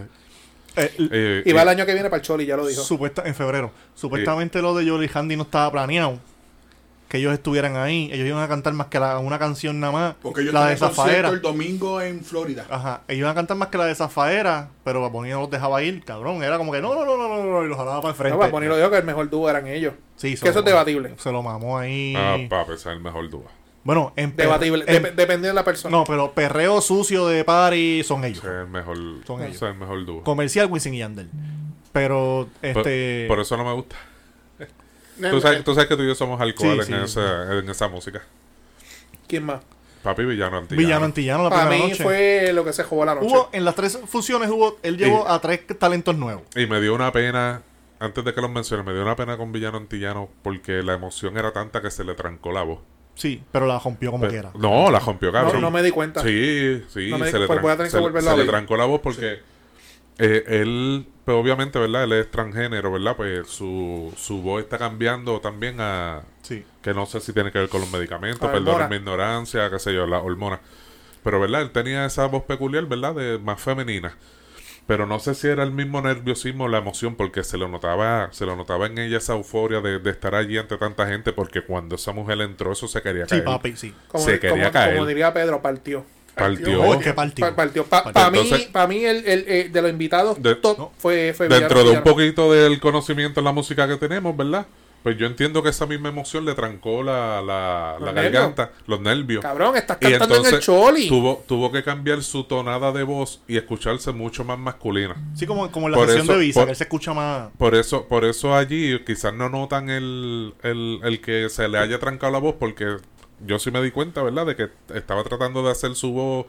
G: Eh, l-
B: Eh,
F: Y va
B: eh,
F: el año que viene para el Choli, ya lo dijo.
G: supuesta- en febrero. Supuestamente lo de Jolly Handy no estaba planeado. Que ellos estuvieran ahí. Ellos iban a cantar más que la- una canción nada más.
A: Porque yo
G: la
A: tenía
G: de Zafaera.
A: concierto el domingo en Florida.
G: Ajá, ellos iban a cantar más que la de Zafaera, pero Bad Bunny no los dejaba ir, cabrón. Era como que no, no, no, no, no, no, y los jalaba para el frente.
F: No, pues, para ponerlo yo que el mejor dúo eran ellos.
B: Eh,
G: Sí, se
F: que
G: lo
F: eso es
G: mamó.
F: debatible.
G: Se lo mamó ahí.
B: Ah, papi, ese es el mejor dúo.
G: bueno, en per-
F: Debatible,
B: eh,
G: en-
F: dep- dependiendo de la persona.
G: no, pero perreo sucio de party son ellos.
B: Ese es el mejor,
G: Son
B: ese
G: ellos.
B: es el mejor dúo.
G: Comercial Wisin y Yandel. Pero,
B: Por-
G: este. Eh,
B: Por eso no me gusta. Tú sabes, tú sabes que tú y yo somos alcohol
G: Sí,
B: en,
G: sí.
B: esa, en esa música.
F: ¿Quién más?
B: Papi Villano Antillano.
G: Villano Antillano la
F: Para
G: primera
F: mí
G: noche.
F: fue lo que se jugó la noche.
G: Hubo, en las tres fusiones hubo, él llevó
B: Sí.
G: a tres talentos nuevos.
B: Y me dio una pena, antes de que los mencione, me dio una pena con Villano Antillano porque la emoción era tanta que se le trancó la voz.
G: Sí, pero la rompió como
B: Pero-
G: quiera.
B: no, la rompió,
F: no,
B: cabrón.
F: no me di cuenta.
B: Sí, sí,
F: No me
B: se,
F: di-
B: le,
F: pues voy a
B: tran-
F: tener que
B: se le-
F: volverlo
B: se
F: a
B: le
F: oír.
B: trancó la voz porque eh, él, pues obviamente, ¿verdad? Él es transgénero, ¿verdad? Pues su, su voz está cambiando también a...
G: Sí.
B: Que no sé si tiene que ver con los medicamentos,
F: A la
B: perdonen
F: hormona.
B: mi ignorancia, qué sé yo, la hormona. Pero, ¿verdad? Él tenía esa voz peculiar, ¿verdad? De más femenina. Pero no sé si era el mismo nerviosismo o la emoción, porque se lo notaba, se lo notaba en ella esa euforia de, de estar allí ante tanta gente, porque cuando esa mujer entró, eso se quería
G: Sí,
B: caer.
G: papi, sí.
F: Como,
B: se
F: como-
B: quería caer.
F: como diría Pedro, partió.
B: Partió.
G: Oh, qué partido.
F: Pa- partió. Para mí,
B: Entonces-
F: pa' mí el, el- el de los invitados
B: De-
F: top
G: no.
F: fue,
B: Dentro
F: fue Villano
B: de un
F: Antillano.
B: poquito del conocimiento en la música que tenemos, ¿verdad? Pues yo entiendo que esa misma emoción le trancó la, la, la
F: Los nervios.
B: garganta, los nervios.
F: Cabrón, estás
B: Y
F: cantando en el
B: entonces
F: Choli.
B: tuvo, tuvo que cambiar su tonada de voz y escucharse mucho más masculina.
G: Sí, como, como en la
B: Por
G: sesión
B: eso-
G: de Visa,
B: por-
G: que él se escucha más.
B: Por eso, por eso allí quizás no notan el, el, el que se le haya trancado la voz, porque yo sí me di cuenta, ¿verdad? De que estaba tratando de hacer su voz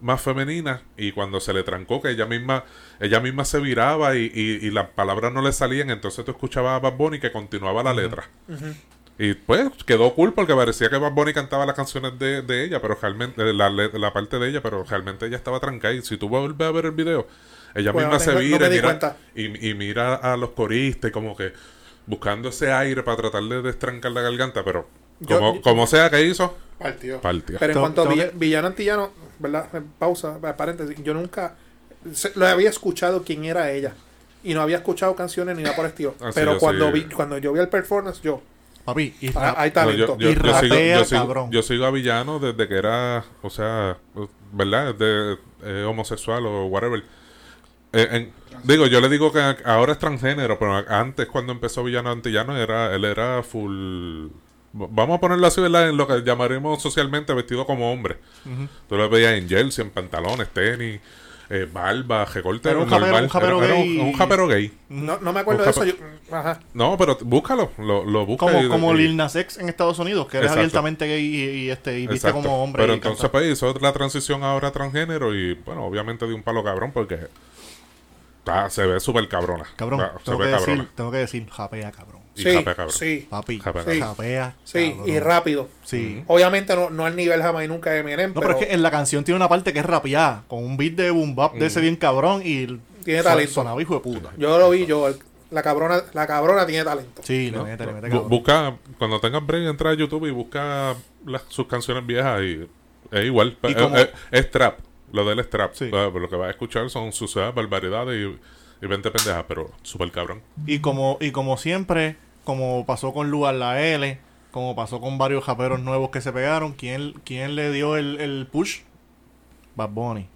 B: más femenina y cuando se le trancó que ella misma ella misma se viraba y, y- y las palabras no le salían entonces tú escuchabas a Bad Bunny que continuaba la letra y pues quedó cool porque parecía que Bad Bunny cantaba las canciones de, de ella pero realmente de la, le- la parte de ella pero realmente ella estaba trancada y si tú vuelves a ver el video ella
F: Bueno,
B: misma se
F: tengo- Pues,
B: vira
F: no me di
B: y, mira,
F: cuenta.
B: y- y mira a los coristas y como que buscando ese aire para tratar de destrancar la garganta pero
F: Yo-
B: como,
F: yo-
B: como sea que hizo
H: Partió.
B: partió
F: Pero en
G: Tengo-
F: cuanto a
G: tengo
F: Vill- Villano Antillano, ¿verdad? Eh, Pausa, eh, paréntesis. Yo nunca se- lo había escuchado quién era ella. Y no había escuchado canciones ni nada por el estilo.
B: Ah, sí,
F: Pero
B: yo
F: cuando,
B: sí.
F: vi, cuando yo vi el performance, yo,
G: Papi, y
F: ah,
G: rap-
F: hay
B: No,
F: talento.
B: yo, yo-
G: Y
B: yo
G: rapea,
B: sigo, yo, sigo-
G: cabrón.
B: yo sigo a Villano desde que era, o sea, ¿verdad? De, eh, homosexual o whatever. Eh, en- digo, yo le digo que a- ahora es transgénero, pero a- antes cuando empezó Villano Antillano, era, él era full... v- Vamos a ponerlo así, ¿verdad? En lo que llamaremos socialmente vestido como hombre. Tú lo veías en jersey, en pantalones, tenis, eh, barba, recorte.
G: Era un
B: normal.
G: japero- un japero
B: Era- era
G: gay.
B: un- un japero gay.
F: no, no me acuerdo de
B: Busca
F: eso. yo- ajá.
B: No, pero t- búscalo, lo, lo buscas
G: como,
B: y-
G: como
B: y-
G: Lil Nas X en Estados Unidos, que eres
B: Exacto.
G: abiertamente gay y, y, este, y viste
B: Exacto.
G: como hombre.
B: Pero
G: y
B: entonces,
G: canta.
B: pues, hizo la transición ahora a transgénero y, bueno, obviamente de un palo cabrón porque ah, se ve súper cabrona.
G: Cabrón,
B: Ah, se
G: tengo,
B: ve
G: que
B: cabrona.
G: decir, tengo que decir, japea, cabrón.
B: Y
F: Sí,
B: japea, cabrón.
F: sí,
G: Papi,
B: Japea,
G: sí.
B: cabrón.
G: japea.
F: sí,
G: Ah, cabrón.
F: y rápido.
G: Sí.
F: Obviamente no, no al nivel jamás y nunca de Eminem,
G: No, pero,
F: pero,
G: es que en la canción tiene una parte que es rapeada, con un beat de boom bap de ese bien cabrón y
F: Tiene talento.
G: sonaba hijo de puta.
F: yo lo vi, yo, el- la cabrona, la cabrona tiene talento.
G: Sí, le mete, le mete
B: Bu-
G: cabrón.
B: busca, cuando tengas break, entra a YouTube y busca las, sus canciones viejas y es igual.
G: Y
B: Eh,
G: como-
B: eh, es trap, lo del es trap.
G: Sí.
B: Ah, Lo que vas a escuchar son sus ah, barbaridades y, y 20 pendejas, pero súper cabrón.
G: Y como, y como siempre, como pasó con Lugar La L, como pasó con varios japeros nuevos que se pegaron, ¿quién, quién le dio el, el push? Bad Bunny.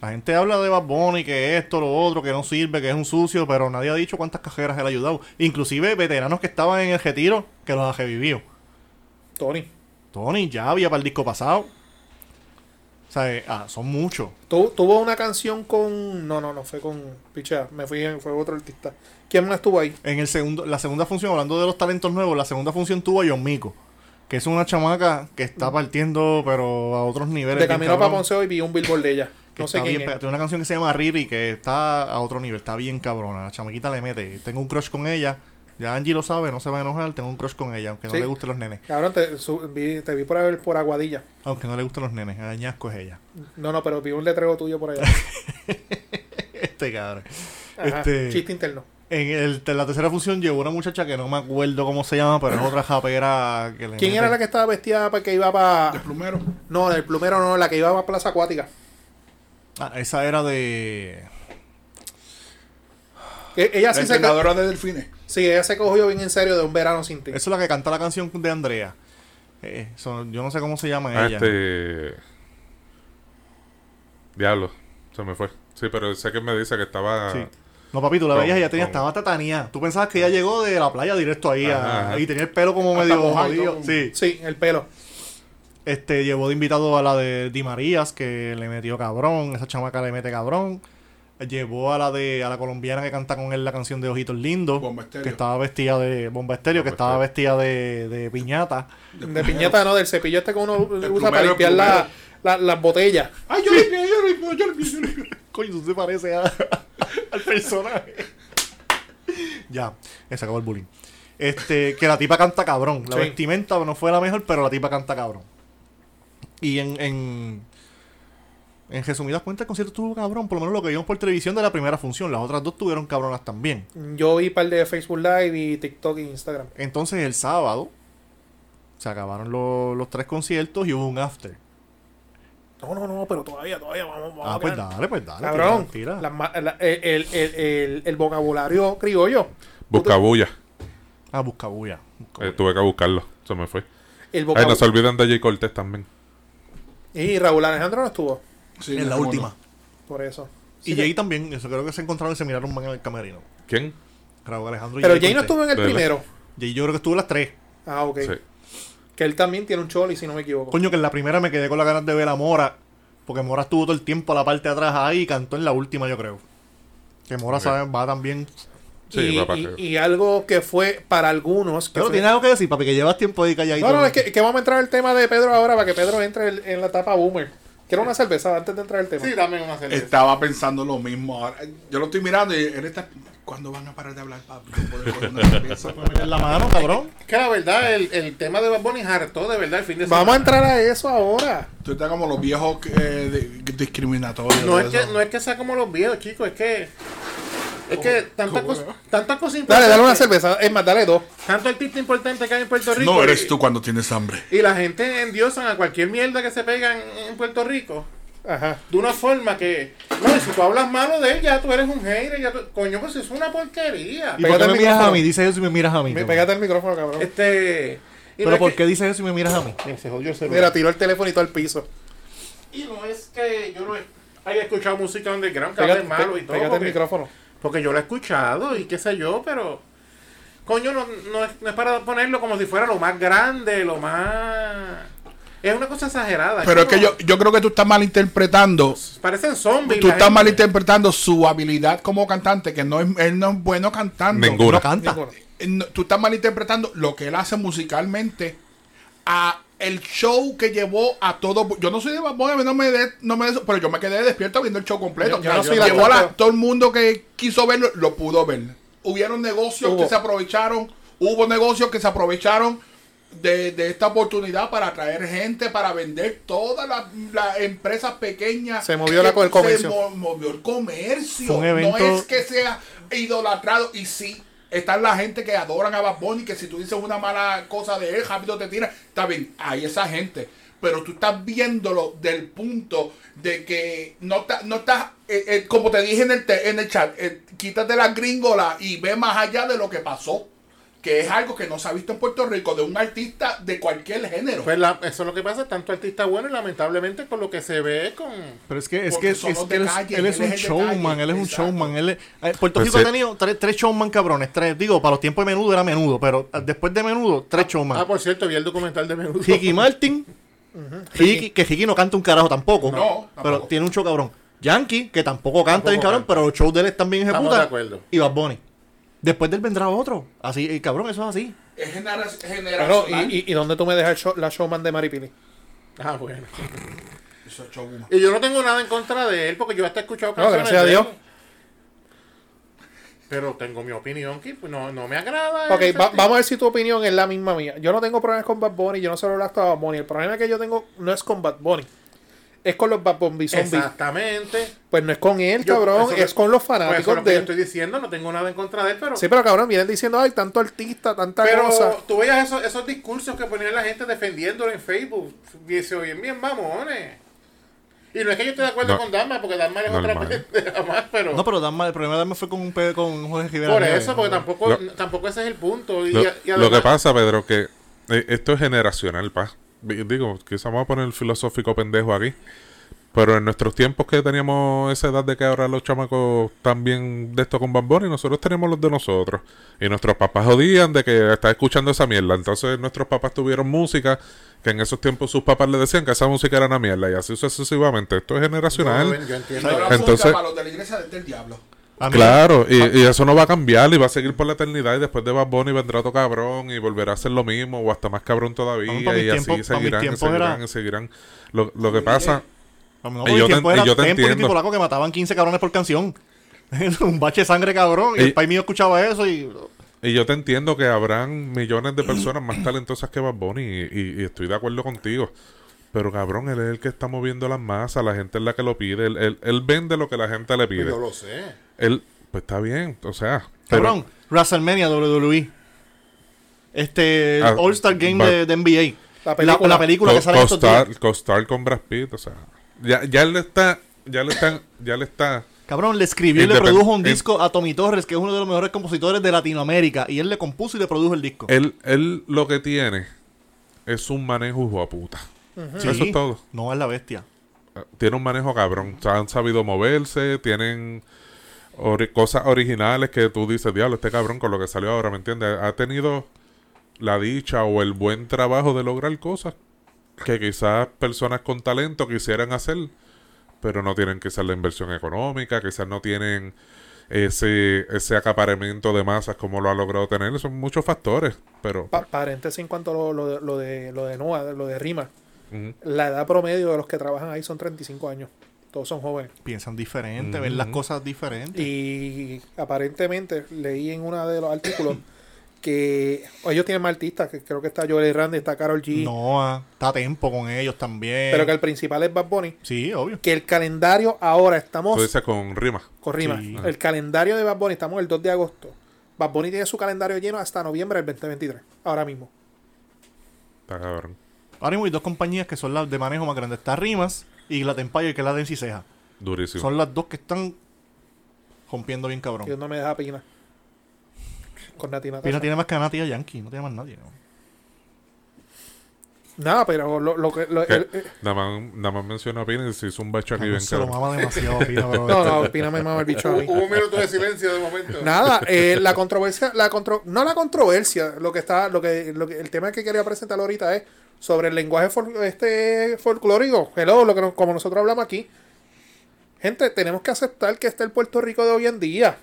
G: La gente habla de Bad Bunny, que esto, lo otro, que no sirve, que es un sucio, pero nadie ha dicho cuántas cajeras él ha ayudado. Inclusive veteranos que estaban en el retiro, que los ha revivido.
F: Tony,
G: Tony ya había para el disco pasado. O sea, eh, ah, son muchos.
F: tu- tuvo una canción con. No, no, no, fue con. Pichea, me fui, en- fue otro artista. ¿Quién más estuvo ahí?
G: En el segundo, la segunda función, hablando de los talentos nuevos, la segunda función tuvo a John Mico, que es una chamaca que está partiendo, pero a otros niveles.
F: Mm. De
G: bien
F: camino
G: cabrón,
F: para Ponceo y vi un billboard de ella.
G: que
F: No sé
G: está
F: quién
G: bien
F: es.
G: pe- Tiene una canción que se llama Riri, que está a otro nivel, está bien cabrona. La chamaquita le mete. Tengo un crush con ella. Ya Angie lo sabe, no se va a enojar. Tengo un crush con ella, aunque no
F: Sí.
G: le gusten los nenes.
F: Cabrón, te, su- vi, te vi por, ahí por Aguadilla.
G: Aunque no le gusten los nenes, el añasco es ella. *laughs*
F: No, no, pero vi un letrero tuyo por allá.
G: Este cabrón.
F: Ajá,
G: Este-
F: Chiste interno.
G: En, el- en la tercera función llegó una muchacha que no me acuerdo cómo se llama, pero es otra japera que le
F: ¿Quién era la que estaba vestida para que iba para.
A: Plumero.
F: No, del plumero no, la que iba para Plaza Acuática.
G: Ah, esa era de...
F: E- Ella
A: La
F: sí se, ca-
A: entrenadora de delfines.
F: sí, ella se cogió bien en serio de un verano sin ti.
G: Esa es la que canta la canción de Andrea. Eh, son- yo no sé cómo se llama
B: Ah,
G: ella.
B: este. Diablo, se me fue. Sí, pero sé que me dice que estaba.
G: Sí. No, papi, tú la
B: Con-
G: veías y ella tenía,
B: con-
G: estaba tatanía. Tú pensabas que ella llegó de la playa directo ahí a-
B: Ajá, ajá.
G: y tenía el pelo como medio
A: mojado y
G: jodido.
A: todo.
G: Sí.
F: Sí, el pelo.
G: Este, llevó de invitado a la de Di Marías, que le metió cabrón. Esa chamaca le mete cabrón. Llevó a la de a la colombiana que canta con él la canción de Ojitos Lindos.
A: Bomba Estéreo.
G: Que estaba vestida de bomba estéreo, que estaba vestida de, de piñata.
F: De piñata, no, del cepillo este que uno usa
A: plumero,
F: para
A: el
F: limpiar la- la- las botellas.
A: Ay, yo limpio, yo limpio, yo limpio, yo limpio.
G: Coño, tú te parece a- *laughs* al personaje. ya, se acabó el bullying. Este, que la tipa canta cabrón. La
F: Sí.
G: vestimenta no fue la mejor, pero la tipa canta cabrón. Y en, en, en resumidas cuentas, el concierto estuvo cabrón. Por lo menos lo que vimos por televisión de la primera función. Las otras dos tuvieron cabronas también.
F: Yo vi par de Facebook Live y TikTok e Instagram.
G: Entonces, el sábado se acabaron lo- los tres conciertos y hubo un after.
F: No, no, no, pero todavía, todavía vamos, vamos.
G: Ah,
F: a
G: pues
F: mirar.
G: dale, pues dale.
F: Cabrón,
G: tira, tira.
F: las ma- la- eh, el, el- el- el- el vocabulario criollo.
B: Buscabulla.
G: Ah, busca bulla. Busca
B: Eh, tuve que buscarlo, se me fue. Ay, no
F: El
B: se
F: vocabulario.
B: olviden de Jay Cortés también.
F: y Raúl Alejandro no estuvo,
A: Sí,
G: en la
A: cómo
G: última.
A: no.
F: por eso.
G: Y Jay también, eso creo que se encontraron y se miraron más en el camerino.
B: ¿Quién?
G: Raúl Alejandro y
F: Pero Jay no
G: Cortés.
F: estuvo en el
B: Dele.
F: primero.
G: Jay yo creo que estuvo en las tres.
F: Ah, ok.
B: Sí.
F: Que él también tiene un choli, si no me equivoco.
G: Coño, que en la primera me quedé con las ganas de ver a Mora. Porque Mora estuvo todo el tiempo a la parte de atrás ahí y cantó en la última, yo creo. Que Mora
B: Ok.
G: sabe, va también.
B: Sí,
F: y,
B: papá,
F: y-
B: creo.
F: y algo que fue para algunos. que
G: Pero
F: fue-
G: tiene algo que decir, papi, que llevas tiempo ahí calladito.
F: no, no, es que, que vamos a entrar al tema de Pedro ahora para que Pedro entre el- en la etapa boomer. Quiero una cerveza antes de entrar al tema.
H: Sí, dame una cerveza.
A: Estaba pensando lo mismo ahora. Yo lo estoy mirando y él está. ¿Cuándo van a parar de hablar, papi? Yo puedo coger una
G: *laughs*
A: cerveza.
G: Meter la mano, cabrón.
H: Es que la verdad, el, el tema de Bad Bunny hartó de verdad el fin de semana.
F: Vamos a entrar a eso ahora.
A: Tú estás como los viejos eh, de- discriminatorios.
H: No
A: de
H: es, que,
A: eso.
H: no es que sea como los viejos, chicos, es que. Es que tantas cosas tanta cosa
F: Dale,
H: importante.
F: dale una cerveza. Es más, dale dos.
H: Tanto artista importante que hay en Puerto Rico.
A: No eres
H: y-
A: tú cuando tienes hambre.
H: Y la gente endiosan a cualquier mierda que se pega en, en Puerto Rico.
F: Ajá.
H: De una forma que. No, y si tú hablas malo de él, ya tú eres un hater. Ya tú- coño, pues es una porquería.
G: ¿Y por
F: Pégate
G: qué me
F: el
G: miras a
F: micrófono.
G: mí? Dice eso si me miras a mí.
F: Me,
G: cabrón.
F: pégate el micrófono, cabrón.
H: Este. y no
G: Pero
H: es
G: ¿por
H: que-
G: qué dice eso si me miras a mí?
H: Se jodió el celular.
F: Mira, tiró el teléfono y todo al piso.
H: Y no es que yo no he- haya escuchado música underground, que
F: Pégate,
H: hablen malo y
F: pe-
H: todo.
F: pégate el
H: porque-
F: micrófono.
H: Porque yo lo he escuchado y qué sé yo, pero. Coño, no, no es, no es para ponerlo como si fuera lo más grande, lo más. Es una cosa exagerada.
A: Pero es
H: no-
A: que yo, yo creo que tú estás malinterpretando.
H: Parecen zombies.
A: Tú
H: la
A: estás
H: gente.
A: malinterpretando su habilidad como cantante, que no es, él no es bueno cantando.
B: Ninguna.
G: No canta.
F: Ninguno.
A: No, tú estás malinterpretando lo que él hace musicalmente a el show que llevó a todo. Yo no soy de Bad Bunny, a mí no me de- no me de- pero yo me quedé despierto viendo el show completo.
F: Yo- yo no soy la
A: llevó a la-
F: trampa.
A: todo el mundo que quiso verlo, lo pudo ver. Hubieron negocios
F: Hubo.
A: que se aprovecharon, hubo negocios que se aprovecharon de, de esta oportunidad para atraer gente, para vender todas las las empresas pequeñas.
F: Se movió la-
A: que
F: el
A: Se
F: comercio.
A: mo- movió el comercio.
G: Fue un evento-
A: No es que sea idolatrado y sí. Están la gente que adoran a Bad Bunny, que si tú dices una mala cosa de él, rápido te tira. Está bien, hay esa gente. Pero tú estás viéndolo del punto de que no, está- no estás, eh, eh, como te dije en el, te- en el chat, eh, quítate la gringola y ve más allá de lo que pasó. Que es algo que no se ha visto en Puerto Rico de un artista de cualquier género.
H: Pues la- eso es lo que pasa, tanto artista bueno y lamentablemente con lo que se ve con.
G: Pero es que, es
A: Porque
G: que, es
A: son los
G: que
A: de
G: él, es,
A: calle,
G: él es
A: él es
G: un
A: el de
G: showman,
A: calle,
G: él es un
A: exacto.
G: showman. Él es- eh, Puerto
B: Pues
G: Rico
B: sí.
G: ha tenido tres, tres showman cabrones, tres. Digo, para los tiempos de menudo era menudo, pero ah, después de menudo, tres showman.
H: Ah, pues, por cierto, vi el documental de Menudo.
G: Ricky Martin, Ricky, que Ricky no canta un carajo tampoco,
A: No,
G: pero
A: tampoco.
G: tiene un show cabrón. Yankee, que tampoco canta bien cabrón,
H: canta.
G: pero los shows de él están bien
H: Estamos
G: ejecutados.
H: de acuerdo.
G: Y Bad Bunny. Después de él vendrá otro. Así, eh, cabrón, eso es así.
A: es genera- generacional.
F: Claro, y, y, y dónde tú me dejas el show- la showman de Maripili?
H: *laughs* Ah, bueno.
A: Eso es showman.
H: Y yo no tengo nada en contra de él porque yo hasta he escuchado
F: No,
H: canciones
F: gracias a
H: de
F: Dios.
H: él. Pero tengo mi opinión que pues, no, no me agrada. en
F: Ok,
H: ese
F: va-
H: sentido.
F: vamos a ver si tu opinión es la misma mía. Yo no tengo problemas con Bad Bunny, yo no solo lo acto a Bad Bunny. El problema que yo tengo no es con Bad Bunny. es con los Bad Bunny Zombies.
H: Exactamente.
F: Pues no es con él,
H: Yo-
F: cabrón,
H: eso
F: es,
H: me-
F: con los
H: Pues
F: fanáticos
H: eso es lo que
F: de
H: yo
F: él.
H: estoy diciendo, no tengo nada en contra de él, pero...
F: Sí, pero cabrón, vienen diciendo, ay, tanto artista, tanta
H: Pero
F: cosa.
H: tú veías esos, esos discursos que ponía la gente defendiéndolo en Facebook. Y se oyen bien mamones. Y no es que yo esté de acuerdo
B: No.
H: con Dalma, porque Dalma es otra
B: Normal.
H: *laughs* pendeja más, pero...
G: No, pero Dama, el problema de Dama fue con un pe- con Jorge Rivera.
H: por
G: Nieves,
H: eso,
G: ¿no?
H: porque tampoco,
B: Lo-
H: tampoco ese es el punto. Y,
B: Lo,
H: y además-
B: lo que pasa, Pedro, que eh, esto es generacional, pa. Vi- Digo, quizás vamos a poner el filosófico pendejo aquí. Pero en nuestros tiempos que teníamos esa edad de que ahora los chamacos también de esto con bambón y nosotros tenemos los de nosotros. Y nuestros papás jodían de que está escuchando esa mierda. Entonces nuestros papás tuvieron música que en esos tiempos sus papás le decían que esa música era una mierda y así sucesivamente. Esto es generacional.
H: Yo- yo entiendo.
A: Pero la
B: Entonces-
A: música para los de la iglesia es del diablo.
G: A mí-
B: Claro, y, y eso no va a cambiar y va a seguir por la eternidad y después de Bad Bunny vendrá otro cabrón y volverá a ser lo mismo o hasta más cabrón todavía
G: Vamos, para mis
B: y así
G: tiempos- para mis
B: seguirán y
G: tiempos
B: seguirán
G: era-
B: y seguirán. Lo, lo que pasa,
G: No,
B: Y
G: porque
B: yo
G: el
B: te-
G: tiempo
B: y
G: era
B: yo te
G: tempo y
B: entiendo.
G: tipo laco que mataban 15 cabrones por canción. *laughs* un bache de sangre cabrón. Y,
B: Y-
G: el país mío escuchaba eso y.
B: y yo te entiendo que habrán millones de personas más talentosas que Bad Bunny y, y- y estoy de acuerdo contigo. Pero cabrón, él es el que está moviendo las masas, la gente es la que lo pide, él, él- él vende lo que la gente le pide.
H: Yo lo sé.
B: Él, pues está bien, o sea, pero-
G: Cabrón, WrestleMania WWE. Este. el
B: Ah,
G: All-Star Game
B: va-
G: de, de NBA.
F: La película.
G: La película, la, película que
B: Co-
G: sale en estos días.
B: costar, costar con Brad Pitt, o sea, ya, ya él está, ya le está, ya le está,
G: Cabrón, le escribió y le
B: Independ-
G: produjo un
B: in-
G: disco a Tommy Torres, que es uno de los mejores compositores de Latinoamérica. Y él le compuso y le produjo el disco.
B: él, él lo que tiene es un manejo hijo a puta.
G: Sí.
B: Eso es todo.
G: No es la bestia.
B: Tiene un manejo cabrón. O sea, han sabido moverse, tienen ori- cosas originales que tú dices, diablo, este cabrón con lo que salió ahora, ¿me entiendes? Ha tenido la dicha o el buen trabajo de lograr cosas que quizás personas con talento quisieran hacer, pero no tienen quizás la inversión económica, quizás no tienen ese, ese acaparamiento de masas como lo ha logrado tener. Son muchos factores, pero...
F: Pa- paréntesis en cuanto a lo, lo de- lo de, lo de Noah, lo de Rima.
B: Ujú.
F: La edad promedio de los que trabajan ahí son 35 años. Todos son jóvenes.
G: Piensan diferente, ven las cosas diferentes.
F: Y aparentemente leí en uno de los artículos *coughs* que ellos tienen más artistas, que creo que está Joel Randy, está Carol G,
G: No, ah, está a tempo con ellos también.
F: pero que el principal es Bad Bunny.
G: Sí, obvio.
F: Que el calendario ahora
B: Tú
F: estamos,
B: dices con rimas.
F: con rima,
G: Sí.
F: el calendario de Bad Bunny, estamos el 2 de agosto. Bad Bunny tiene su calendario lleno hasta noviembre del 2023, ahora mismo.
B: Está cabrón.
G: Ahora mismo hay dos compañías que son las de manejo más grandes. Está Rimas y la Empire, que es la de Enciseja.
B: Durísimo.
G: Son las dos que están rompiendo bien cabrón.
F: Dios no me deja pina. Con Natina.
G: Pina tiene más que a Natia Yankee, no tiene más nadie. ¿no?
F: Nada, pero lo, lo que... lo-
B: Que
F: el- eh,
B: nada, más, nada más menciona a Pina y se hizo un bache aquí
G: Cabrón,
B: bien
G: se lo
B: caro.
G: mama demasiado Pina, pero este
F: no, no, Pina me mama el bicho a mí.
H: *laughs* Hubo un minuto de silencio de momento.
F: Nada, eh, la controversia, la contro, no la controversia, lo que está, lo que, lo que- el tema que quería presentar ahorita es sobre el lenguaje fol- este folclórico, hello, lo que nos- como nosotros hablamos aquí. Gente, tenemos que aceptar que está el Puerto Rico de hoy en día.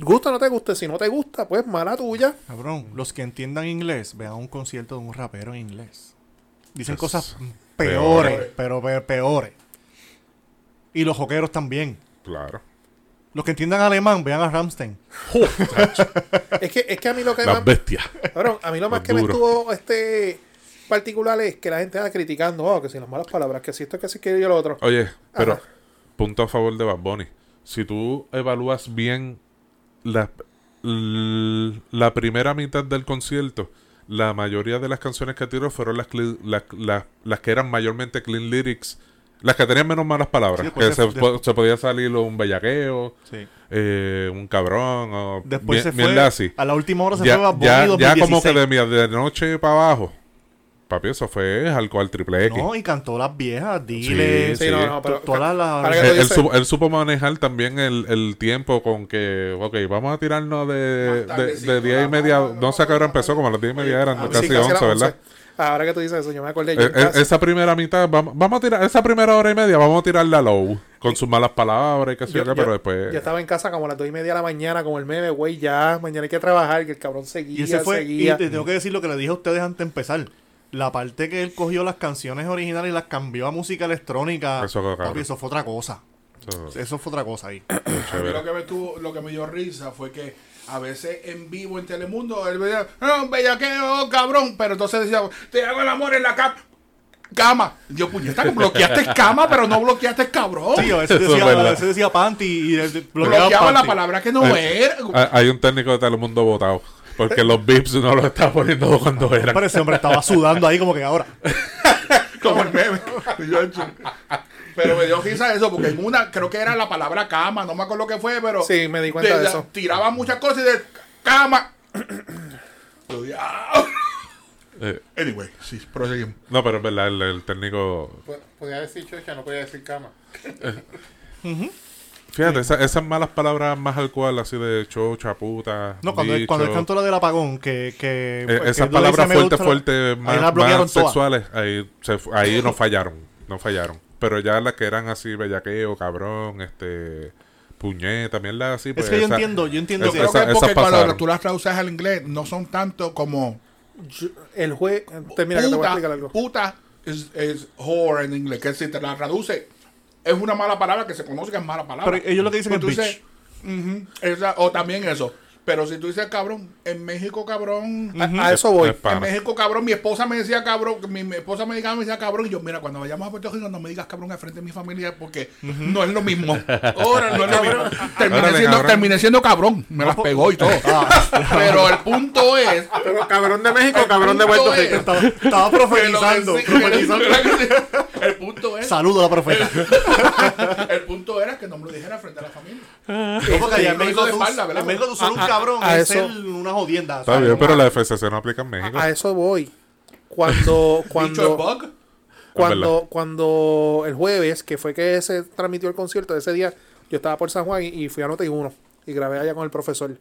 F: Gusta o no te guste, si no te gusta, pues mala tuya.
G: Cabrón, los que entiendan inglés, vean un concierto de un rapero en inglés. Dicen
B: Es
G: cosas
B: peores.
G: peores, pero pe- peores. Y los joqueros también.
B: Claro.
G: Los que entiendan alemán, vean a Ramstein.
F: Es que, es que a
B: *laughs*
F: mí lo que
B: Las
F: más,
B: bestias.
F: cabrón, a mí lo más
B: Los
F: que me
B: duros.
F: estuvo este particular es que la gente está criticando, oh, que si las malas palabras, que si esto, que si que yo lo otro.
B: Oye, pero
F: Ajá.
B: punto a favor de Bad Bunny. Si tú evalúas bien la, l- la primera mitad del concierto, la mayoría de las canciones que tiró fueron las, cli- las, las- las que eran mayormente clean lyrics, las que tenían menos malas
G: Sí,
B: palabras.
G: después
B: que
G: se-
B: se, po- se podía salir un bellaqueo,
G: Sí.
B: eh, un cabrón, o
G: Después
B: mie-
G: se fue.
B: mierda así.
G: A la última hora se
B: ya,
G: fue Bad Bunny
B: ya- ya
G: 2016.
B: como que de, mi- de noche para abajo. Papi, eso fue alcohol triple X.
G: No, y cantó las viejas, dile.
B: Sí, no,
F: no, pero-
G: to- todas las- Eh,
F: Ahora que-
B: él, él
F: dices-
B: supo, él supo manejar también el, el tiempo con que, ok, vamos a tirarnos de,
A: Más
B: de,
A: tardecito,
B: de 10 y
A: la-
B: media,
A: la- la-
B: no sé a qué hora empezó, como a las 10 y media eran
F: Ah, sí,
B: casi
F: casi a las
B: 11, ¿verdad?
F: 11. Ahora que tú dices eso, yo me acordé. Yo
B: Eh,
F: en
B: eh,
F: casa-
B: esa primera mitad, vamos, vamos a tirar, esa primera hora y media, vamos a tirarla low, con sus malas palabras y qué sé yo,
F: yo-
B: qué, pero
F: yo-
B: después...
F: yo estaba en casa como a las 2 y media de la mañana con el meme, güey, ya, mañana hay que trabajar, que el cabrón seguía,
G: Y ese fue, y
F: seguía.
G: te tengo que decir lo que le dije a ustedes antes de empezar. La parte que él cogió las canciones originales y las cambió a música electrónica.
B: Eso, cabrón.
G: papi, eso fue otra cosa.
B: Eso-
G: Eso fue otra cosa ahí.
A: A mí lo que, me tuvo- lo que me dio risa fue que a veces en vivo en Telemundo él veía, no, bellaqueo, cabrón, pero entonces decía, te hago el amor en la cama. cama. Yo, puñeta,
F: *laughs*
A: bloqueaste cama, pero no bloqueaste cabrón.
G: Tío, ese
B: Eso es
G: decía,
B: verdad.
G: ese decía panty y el- bloqueaba
A: Bloqueaba la
G: panty.
A: palabra que no
B: Eh,
A: era.
B: Hay, hay un técnico de Telemundo votado. Porque los *laughs* bips no los estaba poniendo
F: Ah,
B: cuando eran.
G: Pero ese hombre estaba sudando ahí como que ahora.
F: *laughs*
A: Como el meme. Y yo, chu- Pero me dio risa eso, porque en una, creo que era la palabra cama, no me acuerdo qué fue, pero.
F: Sí, me di cuenta de
A: la-
F: eso.
A: Tiraba muchas cosas y de cama. *clears throat* Yo, "Diablo".
B: Eh,
A: anyway, sí, proseguimos.
B: no, pero es verdad, el, el técnico.
H: Po- Podía decir chocha, no podía decir cama.
B: Fíjate, esa- esas malas palabras más al cual, así de chocha, puta.
G: No, cuando, el,
B: bicho.
G: cuando él cantó la del apagón, que. que
B: Eh,
G: que
B: esas
G: tú le dices,
B: palabras
G: "Me
B: fuertes,
G: gusta la-",
B: fuertes,
G: Ahí
B: más,
G: las bloquearon
B: más
G: todas.
B: sexuales, ahí, se fu- ahí no fallaron, no fallaron. Pero ya las que eran así, bellaqueo, cabrón, este, puñeta, mierda así. Pues
G: que yo
B: esa-
G: entiendo, yo entiendo
B: esa-
A: Yo creo
B: esa-
A: que es porque
B: esas
A: cuando
B: pasaron.
A: tú las traduces al inglés no son tanto como
F: Yo- El juez. Termina que te voy a explicar algo.
A: puta es, es whore en inglés, que si te la traduce es una mala palabra que se conoce que es mala palabra.
G: Pero ellos lo que dicen
A: Pero
G: es
A: tú dices, ujú, esa- o también eso. Pero si tú dices cabrón, en México cabrón,
F: A- A eso voy.
B: Es pana.
A: en México cabrón, mi esposa me decía cabrón, mi, mi esposa me decía, me decía cabrón, y yo mira, cuando vayamos a Puerto Rico no me digas cabrón al frente de mi familia porque no es lo
B: *laughs*
A: mismo. Ahora no es lo mismo. Terminé
B: Órale,
A: siendo,
B: cabrón. Ah.
A: terminé siendo cabrón, me las pegó y todo. *laughs* Pero el punto
F: *laughs*
A: es
H: Pero cabrón de México, cabrón de Puerto
A: punto
H: Rico.
A: es-
G: *laughs* Estaba,
A: *laughs*
G: estaba
A: que lo
G: profetizando.
A: decí- que lo-
G: profetizando.
A: El punto es.
G: Saludo a la profeta.
A: El punto era que no me lo dijera frente a la familia.
G: No, porque allá en
A: lo hizo
G: México
A: de
G: tú-
A: espalda, ¿verdad?
G: en México tú ser un cabrón
F: a
G: es
F: eso-
G: ser una jodienda.
B: Está
G: ¿sabes?
B: bien, pero la FCC no aplica en México.
F: A eso voy.
A: *laughs* Dicho
F: Cuando.
A: el
F: cuando
A: bug,
F: cuando, cuando el jueves, que fue que se transmitió el concierto, ese día yo estaba por San Juan y, y fui a Noti 1 y grabé allá con el profesor.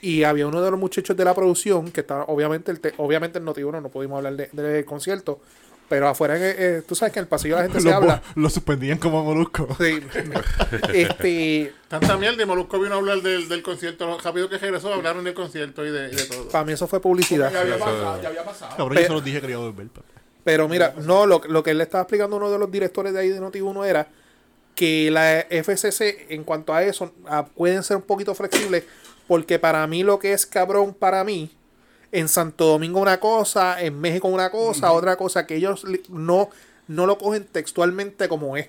F: Y había uno de los muchachos de la producción que estaba, obviamente, el te- obviamente en Noti 1 no pudimos hablar de- del concierto, pero afuera, en, eh, tú sabes que en el pasillo la gente se
G: Lo,
F: habla.
G: lo suspendían como molusco. *laughs*
F: Sí. este,
H: Tanta mierda y Molusco vino a hablar del, del concierto. Lo Rápido que regresó, hablaron del concierto y de, y de todo.
F: para mí eso fue publicidad.
A: ya había pasado. Ya había pasado.
F: Eh,
G: Cabrón, yo se los dije que quería volver. papá.
F: Pero mira, no, lo, lo que él le estaba explicando a uno de los directores de ahí de Noti1 era que la FCC, en cuanto a eso, a- pueden ser un poquito flexibles, porque para mí lo que es cabrón para mí, en Santo Domingo una cosa, en México una cosa, otra cosa, que ellos li- no, no lo cogen textualmente como es.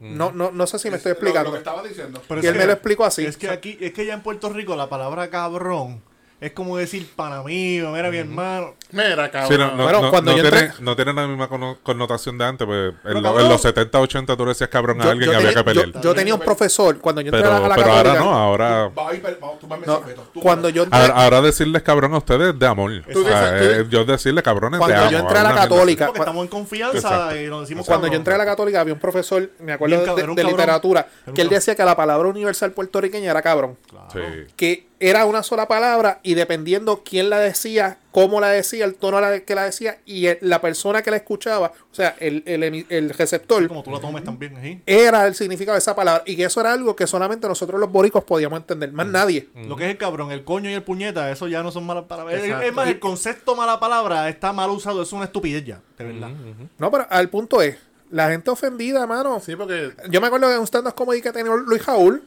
F: no, no, no sé si me estoy
A: Es lo-
F: explicando.
A: Lo que estaba diciendo.
G: Pero
F: y
G: es
F: él
G: que-
F: me lo explicó así.
G: Es que aquí, es que ya en Puerto Rico la palabra cabrón es como decir pana mío, mira mi hermano.
H: Mira,
G: Ah,
H: cabrón.
B: Sí, no, no,
F: Bueno,
B: no-
F: cuando
B: no
F: yo
B: tiene,
F: entré-
B: no tiene la misma cono- connotación de antes, pues en,
G: Pero,
B: lo- en
G: cabrón.
B: los 70, 80 tú le decías cabrón a
F: yo,
B: alguien
F: yo
B: y había
F: tenía-
B: que pelear.
F: yo- yo tenía un profesor cuando yo entré
B: pero
F: a la, a la
B: pero ahora
F: católica,
B: no, ahora,
A: Va a ir, pero vamos, tú me
F: no,
A: respeto, tú-
F: cuando yo entré,
B: ahora, ahora decirles cabrón a ustedes de amor. O
H: dices-
B: sea,
H: tú
B: eh,
H: dices-
B: yo decirle cabrones de
F: cuando
B: amo.
F: yo entré a
B: una
F: la
B: mierda así.
F: católica,
G: Porque estamos en confianza
B: Exacto.
G: y nos decimos
F: Cuando yo
G: cabrón.
F: entré a la católica había un profesor, me acuerdo
G: Bien cabrón,
F: de, de
G: cabrón.
F: literatura,
G: un
F: que él
G: cabrón.
F: decía que la palabra universal puertorriqueña era cabrón.
B: Sí.
F: Que era una sola palabra y dependiendo quién la decía, cómo la decía, el tono a la que la decía y el- la persona que la escuchaba, o sea, el, el emi- el receptor,
G: Como tú la tomes también ¿eh? ahí.
F: era el significado de esa palabra. Y que eso era algo que solamente nosotros los boricos podíamos entender,
G: Mm.
F: más nadie.
G: Lo que es el cabrón, el coño y el puñeta, eso ya no son malas palabras. Es-
H: Exacto.
G: Es más, el concepto mala palabra está mal usado, es una estupidez ya, de verdad.
F: No, pero al punto es, la gente ofendida, mano.
H: Sí, porque
F: Yo me acuerdo de un stand-up comedy que tenía Luis Jaúl.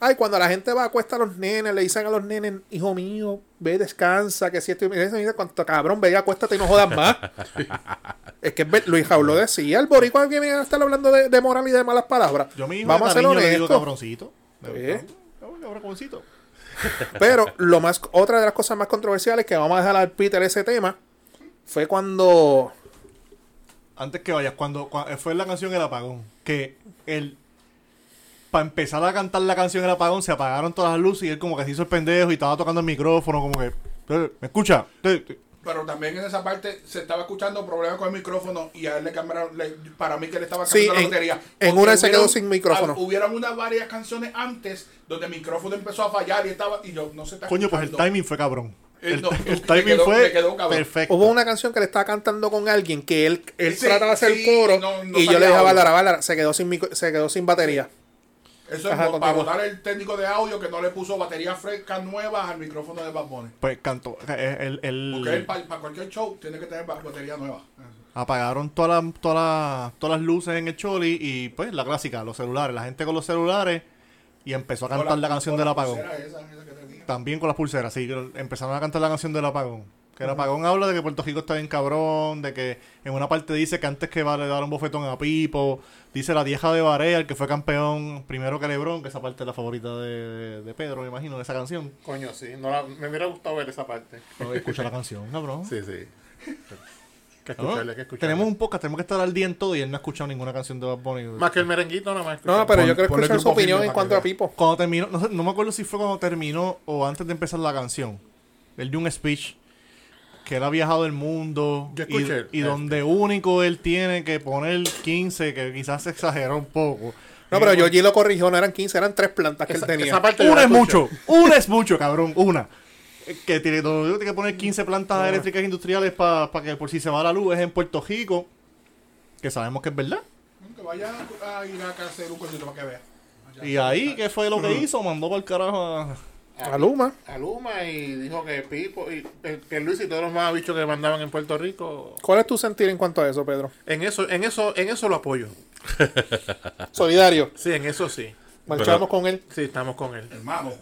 F: Ay, cuando la gente va a cuesta a los nenes, le dicen a los nenes, hijo mío, ve, descansa, que si estoy. Mira, mira, cuánto cabrón, ve, acuéstate y no jodas más.
G: *laughs*
F: es que ve, Luis Jaúl lo decía, el boricua que viene a estar hablando de, de moral y de malas palabras.
G: Yo a mi hijo
F: Vamos a
G: de
F: ser
G: niño le digo
F: honestos.
G: cabroncito. de
F: Sí.
G: verdad. Cabrón, Cabroncito.
F: Pero lo más, otra de las cosas más controversiales que vamos a dejar al Peter ese tema fue cuando.
G: Antes que vayas, cuando, cua- fue la canción El Apagón, que el para empezar a cantar la canción El Apagón se apagaron todas las luces y él como que se hizo el pendejo y estaba tocando el micrófono como que, "Eh, ¿me escucha? Eh, eh".
A: Pero también en esa parte se estaba escuchando problemas con el micrófono y a él le cambiaron, le- para mí que le estaba
F: Sí,
A: cambiando la
F: en-
A: batería.
F: en
A: Porque
F: una él se quedó
A: hubieron-
F: sin micrófono.
A: ah, Hubieron unas varias canciones antes donde el micrófono empezó a fallar y estaba, y yo no se está
G: Coño, pues el
A: escuchando.
G: timing fue cabrón.
A: Eh,
G: El,
A: no,
G: *laughs* el
A: le
G: timing
A: quedó-
G: fue
A: le quedó cabrón.
G: perfecto.
F: Hubo una canción que le estaba cantando con alguien que él, él
A: Sí,
F: trataba de hacer
A: sí,
F: coro
A: no, no
F: y yo
A: salía
F: le dejaba
A: audio.
F: la bala, se quedó sin micro- se quedó sin batería.
A: Eso es
F: Ajá,
A: bo- para
F: continúa.
A: votar el técnico de audio que no le puso baterías frescas nuevas al micrófono de Bad Bunny.
G: Pues cantó. eh, El, el-
A: Porque él para cualquier show tiene que tener ba- batería nueva.
F: Oh.
G: apagaron todas las todas las- todas las luces en el choli y pues la clásica, los celulares, la gente con los celulares y empezó a cantar la, canción del apagón.
A: Era esa, esa que tenía.
G: También con las pulseras, sí, empezaron a cantar la canción del apagón. Que el apagón habla de que Puerto Rico está bien cabrón, de que en una parte dice que antes que va- le dar un bofetón a Pipo, dice la vieja de Barea, el que fue campeón primero que Lebron, que esa parte es la favorita de, de- de Pedro, me imagino, de esa canción.
H: Coño, sí. No la- me hubiera gustado ver esa parte.
G: Pero escucha la canción, cabrón.
H: Sí, sí. Que
G: ¿No?
H: escucharle, que escucharle.
G: Tenemos un podcast, tenemos que estar al día en todo y él no ha escuchado ninguna canción de Bad Bunny.
H: Más que el merenguito, nada más.
F: No, no, pero
H: escuchar.
F: yo quiero
H: Ponle
F: escuchar su
H: grupo
F: opinión
H: firme
F: en
H: para
F: cuanto a
H: que vea.
F: Pipo.
G: Cuando terminó, no, sé- no me acuerdo si fue cuando terminó o antes de empezar la canción. Él dio un speech que él ha viajado el mundo
H: Yo
G: y-
H: escuché
G: y,
H: este.
G: donde único él tiene que poner 15, que quizás se exageró un poco. Eh,
F: No, pero Yogi lo corrigió, no eran 15, eran tres plantas que
H: Esa-
F: él tenía.
H: esa parte yo
G: Una
H: la
G: es
H: escuché.
G: mucho, *laughs* una es mucho, cabrón, una. Eh, Que tiene, donde tiene que poner 15 plantas eléctricas industriales para que por si se va la luz es en Puerto Rico, que sabemos que es verdad.
A: Que vaya a ir a hacer un concierto para que vea. Allá.
G: Y ahí, ¿qué fue lo que hizo? Mandó para el carajo a...
F: A Luma.
H: A Luma y dijo que Pipo, y, eh, que Luis y todos los más bichos que mandaban en Puerto Rico.
F: ¿Cuál es tu sentir en cuanto a eso, Pedro?
H: En eso, en eso, en eso lo apoyo.
F: Solidario.
H: Sí, en eso sí.
F: Marchamos con él,
H: Sí, estamos con él.
A: Hermano.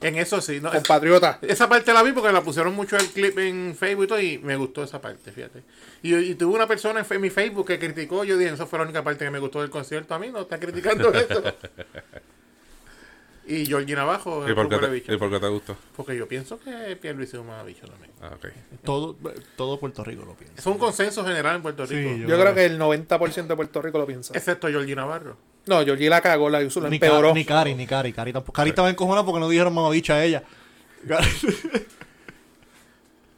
H: En eso sí. No, es- *laughs*
F: compatriota.
H: Esa parte la vi porque la pusieron mucho el clip en Facebook y todo, y me gustó esa parte, fíjate. Y, y tuve una persona en, fe- mi Facebook que criticó, yo dije, esa fue la única parte que me gustó del concierto, a mí no está criticando eso. y Georgina
F: Ah,
H: abajo,
B: ¿Y por, qué te,
H: bicho.
B: ¿Y por qué te gusta?
H: Porque yo pienso que Pierluisi es un mamabicho también.
B: Ah, ok.
F: Eh.
G: Todo, todo Puerto Rico lo piensa.
H: Es un consenso general en Puerto Rico.
G: yo-
F: Yo creo que el 90% de Puerto Rico lo piensa.
H: Excepto Georgie Navarro.
F: No, Yogi la cagó, la hizo, la
G: Ni, Ca-
F: empeoró.
G: ni Cari, ni Cari. Cari tampoco. Cari estaba encojonada porque no dijeron mamabicha a ella.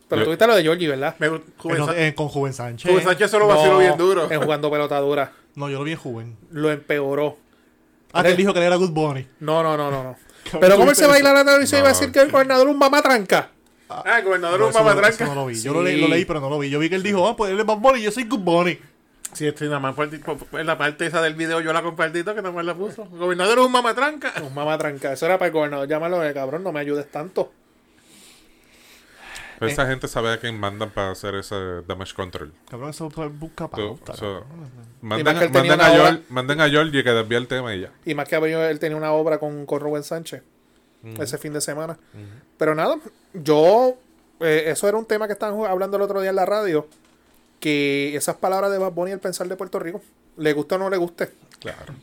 F: Pero tuviste lo de Yogi, ¿verdad?
H: Me, gu- Juven,
G: Pero,
H: Sa-
G: eh, con Juven Sánchez.
H: Juven Sánchez se lo vaciló
F: No,
H: bien duro.
F: En jugando pelota dura.
G: No, yo lo vi en Juven.
F: Lo empeoró.
G: Ah, que él dijo que él era Good Bunny.
F: No, no, no, no. *laughs* no.
G: Cabrón,
F: Pero cómo él
G: ¿tuviste
F: se baila
G: eso?
F: la televisión y va a
B: No.
F: decir que el gobernador es un mamá tranca.
H: Ah, el gobernador
G: No,
H: es
G: eso
H: un
G: no- eso
H: mamatranca.
G: no lo vi. Yo lo,
F: Sí.
G: leí, lo leí, pero no lo vi. Yo vi que él dijo, ah, pues él es Bad Bunny, yo soy Good Bunny.
H: Sí, estoy nada más por- por- por la parte esa del video yo la compartí, que nada más la puso. El gobernador es un mamatranca. *laughs*
F: Un mamá tranca. Eso era para el gobernador. Llámalo, eh, cabrón, no me ayudes tanto.
B: Pero Esa gente sabe a quién mandan para hacer ese damage control.
G: Cabrón, eso fue busca
B: Tú,
G: pauta.
B: o sea,
F: más
B: mandan,
F: que él tenía
B: mandan
F: una
B: a
F: hora-
B: George, mandan a Georgie que desvía el tema y ya.
F: Y más que había- él tenía una obra con, con Rubén Sánchez ese fin de semana. Pero nada, yo. eh, eso era un tema que estaban ju- hablando el otro día en la radio. Que esas palabras de Bad Bunny, el pensar de Puerto Rico, le gusta o no le guste.
B: Claro.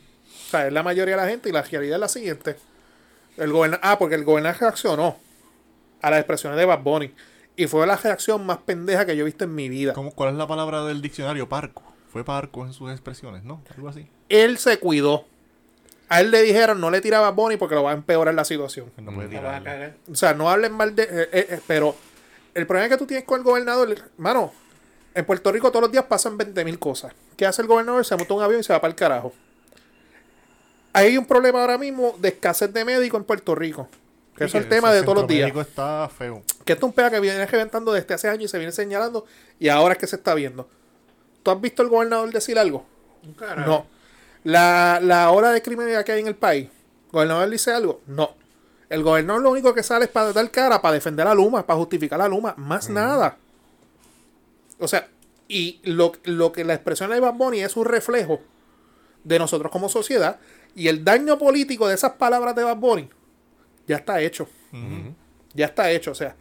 F: O sea, es la mayoría de la gente y la realidad es la siguiente. El goberna ah, porque el gobernador reaccionó a las expresiones de Bad Bunny. Y fue la reacción más pendeja que yo he visto en mi vida.
G: ¿Cómo- ¿Cuál es la palabra del diccionario? Parco. Fue parco en sus expresiones, ¿no? Algo así.
F: Él se cuidó. A él le dijeron, no le tiraba a Bad Bunny porque lo va a empeorar la situación.
G: Él No puede
H: La vas a
G: tirarla.
H: cagar.
F: O sea, no hablen mal de... eh, eh, eh, pero el problema que tú tienes con el gobernador, mano, en Puerto Rico todos los días pasan 20.000 cosas. ¿Qué hace el gobernador? Se monta un avión y se va para el carajo. Hay un problema ahora mismo de escasez de médicos en Puerto Rico. Que
G: Sí,
F: eso es el
G: que
F: tema
G: ese
F: de todos los
G: centro
F: días.
G: médico está feo.
F: Que esto es un pega que viene reventando desde hace años y se viene señalando y ahora es que se está viendo. ¿Tú has visto al gobernador decir algo?
H: Un carajo.
F: No. La, la ola de criminalidad que hay en el país. ¿El gobernador dice algo? No. El gobernador lo único que sale es para dar cara, para defender a Luma, para justificar a Luma, más nada. O sea, y lo, lo que la expresión de Bad Bunny es un reflejo de nosotros como sociedad y el daño político de esas palabras de Bad Bunny ya está hecho. Ya está hecho, o sea,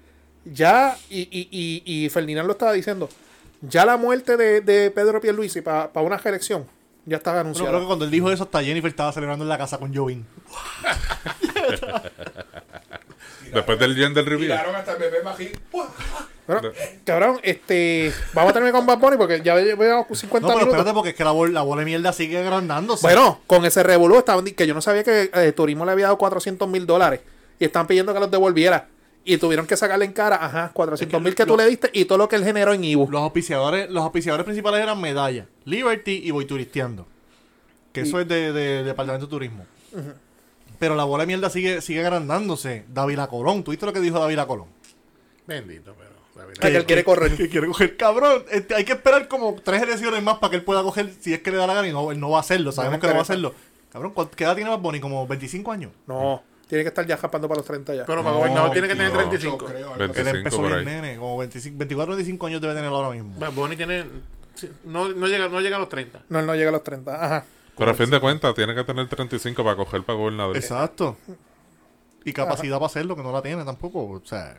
F: ya, y, y, y, y Ferdinand lo estaba diciendo, ya la muerte de, de Pedro Pierluisi para una reelección ya estaba
G: Bueno,
F: anunciada.
G: creo que cuando él dijo eso, hasta Jennifer estaba celebrando en la casa con Jovin.
B: Después del gender reveal.
A: Tiraron hasta el bebé Magín. ¡Pua!
F: Bueno, cabrón, este, vamos a terminar con Bad Bunny porque ya lle- llevamos
G: No,
F: 50
G: pero
F: minutos.
G: espérate, porque es que la, bol- la bola de mierda sigue agrandándose.
F: Bueno, con ese revolú estaban, di- que yo no sabía que eh, Turismo le había dado 400 mil dólares y están pidiendo que los devolviera. Y tuvieron que sacarle en cara, ajá, 400 mil que tú le diste y todo lo que él generó en Ibu.
G: Los auspiciadores, los auspiciadores principales eran Medalla, Liberty y Voy Turisteando. Que eso es de, de- Departamento de Turismo. Pero la bola de mierda sigue, sigue agrandándose. Davila Colón, ¿tú viste lo que dijo Davila Colón?
H: Bendito, pero. la verdad.
F: Que él quiere correr.
G: *laughs* Que quiere coger, cabrón. este, hay que esperar como tres elecciones más para que él pueda coger si es que le da la gana y no, él no va a hacerlo. Sabemos
F: me
G: que no va a
F: interesa.
G: hacerlo. Cabrón, ¿cuál- ¿qué edad tiene Bad Bunny? Como 25 años.
F: No, tiene que estar ya japando para los 30 ya.
H: Pero para gobernador tiene que tener
B: no.
H: 35.
A: Creo, algo así.
G: Él
B: 25
G: empezó
B: por
G: bien
B: ahí.
G: nene, como 25, 24 o 25 años debe tener ahora mismo.
H: Bad Bunny tiene. sí, No, no, llega, no llega a los 30.
F: No, él no llega a los 30. Ajá.
B: Pero a fin de cuentas, tiene que tener 35 para coger para gobernador.
G: Exacto. Y capacidad para hacerlo, que no la tiene tampoco. O sea,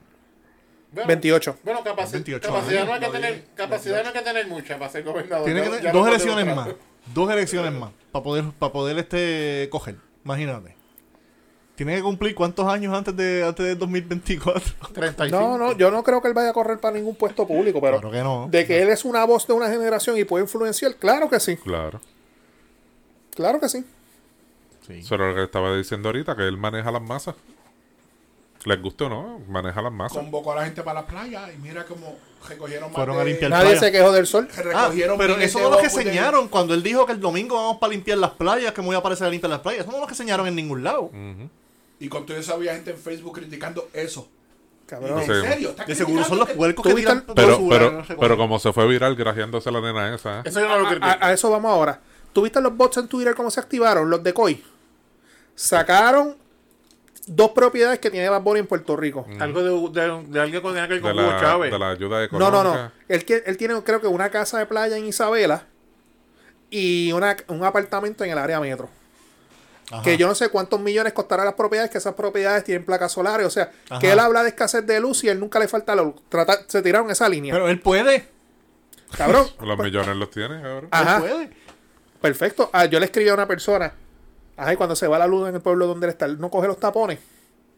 H: Bueno,
F: 28.
H: Bueno, capaci-
G: 28
H: capacidad,
G: años,
H: no hay que
G: lo
H: tener, capacidad no hay que tener mucha para ser gobernador.
G: Tiene que
H: Ya-
G: tener
H: ya
G: dos
H: no tengo
G: elecciones
H: otra.
G: más. Dos elecciones más. Para poder, para poder este coger. Imagínate. Tiene que cumplir cuántos años antes de antes de 2024.
H: 35.
F: No, no, yo no creo que él vaya a correr para ningún puesto público, pero
G: Claro que no.
F: de que él es una voz de una generación y puede influenciar, claro que sí,
B: Claro.
F: claro que sí.
G: *laughs* Sí.
B: Eso era lo que estaba diciendo ahorita, que él maneja las masas. Les guste o no, maneja las masas.
A: Convocó a la gente para la playa y mira cómo recogieron más
G: Fueron a
A: de- Ah,
G: limpiar.
F: Nadie
G: Playa.
F: se quejó del sol.
G: Ah,
A: recogieron
G: pero
A: miles
G: eso
A: de
G: no es lo que
A: ojos de-
G: enseñaron cuando él dijo que el domingo vamos para limpiar las playas, que me voy a aparecer a limpiar las playas. Eso no es lo que enseñaron en ningún lado.
B: Mm.
A: Y con todo eso había gente en Facebook criticando eso.
F: Cabrón.
B: Sí.
A: ¿En serio? ¿Estás
G: De seguro son los
A: criticando
G: puercos que
F: ¿Tú viste
G: tiran
F: el-
G: todo
B: Pero,
G: su-
B: pero, pero como se fue viral grajeándose la nena esa, ¿eh?
H: Eso yo no lo critico.
F: Ah, A, a eso vamos ahora. ¿Tuviste los bots en Twitter cómo se activaron? Los de COI. Sacaron dos propiedades que tiene Bad Bunny en Puerto Rico.
G: Mm,
H: Algo de, de, de alguien con tiene que
B: de
H: ver con Hugo
B: la,
H: Chávez.
B: de la ayuda
F: No,
B: económica.
F: no, no. Él, que- él tiene, creo que, una casa de playa en Isabela y una, un apartamento en el área metro.
G: Ajá.
F: Que yo no sé cuántos millones costarán las propiedades, que esas propiedades tienen placas solares. O sea,
G: Ajá.
F: que él habla de escasez de luz y él nunca le falta la luz. Trata- se tiraron esa línea.
G: Pero él puede. *laughs*
F: Cabrón.
B: Los millones los tiene, cabrón.
H: Ah,
F: Ajá.
G: Él puede.
F: Perfecto. Ah, yo le escribí a una persona. Ay, cuando se va la luz en el pueblo donde él está, él no coge los tapones.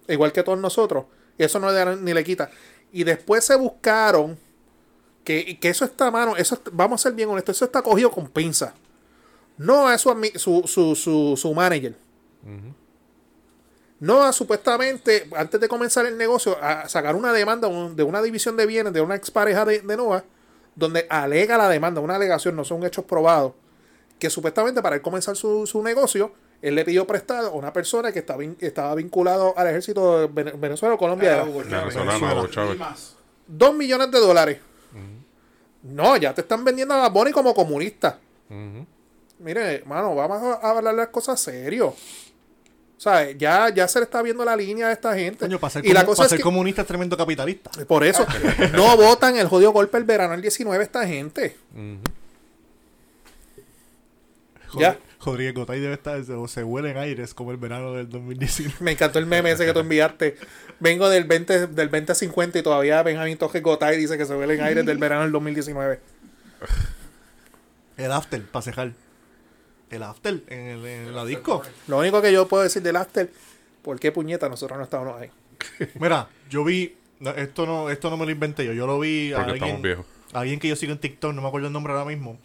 F: Igual que todos nosotros. Y eso no le dan- ni le quita. Y después se buscaron. Que, y que eso está, mano. Eso, est- vamos a ser bien honestos. Eso está cogido con pinza. No a su, admi- su, su, su, su manager. No a supuestamente, antes de comenzar el negocio, a sacar una demanda un- de una división de bienes de una expareja de, de Noah. Donde alega la demanda, una alegación, no son hechos probados que supuestamente para él comenzar su, su negocio, él le pidió prestado a una persona que estaba, vin- estaba vinculado al ejército de Vene- Venezuela o Colombia.
A: Ah,
F: era.
A: Hugo Chávez.
B: Venezolano, Hugo Chávez.
A: Y más.
F: Dos millones de dólares. No, ya te están vendiendo a Bad Bunny como comunista. Mire, mano, vamos a, a hablar las cosas serio. O sea, ya, ya se le está viendo la línea de esta gente.
G: Coño, para ser,
F: y la
G: comu-
F: cosa
G: para
F: es
G: ser
F: que-
G: comunista es tremendo capitalista.
F: por eso no votan el jodido golpe el verano el 19 esta gente. Ya.
G: Rodríguez Gotay debe estar, se, o se huele en aires como el verano del 2019.
F: Me encantó el meme ese que tú enviaste. Vengo del 20 del 2050 y todavía Benjamín Toje Gotay dice que se huele en aire del verano del 2019.
G: El after, para cejar. El after en, el- en la disco.
F: Lo único que yo puedo decir del after, ¿por qué puñeta nosotros no estábamos ahí?
G: *laughs* Mira, yo vi. no, esto no, esto no me lo inventé yo. Yo lo vi a
B: Porque
G: alguien,
B: estamos viejos.
G: a alguien que yo sigo en TikTok, no me acuerdo el nombre ahora mismo.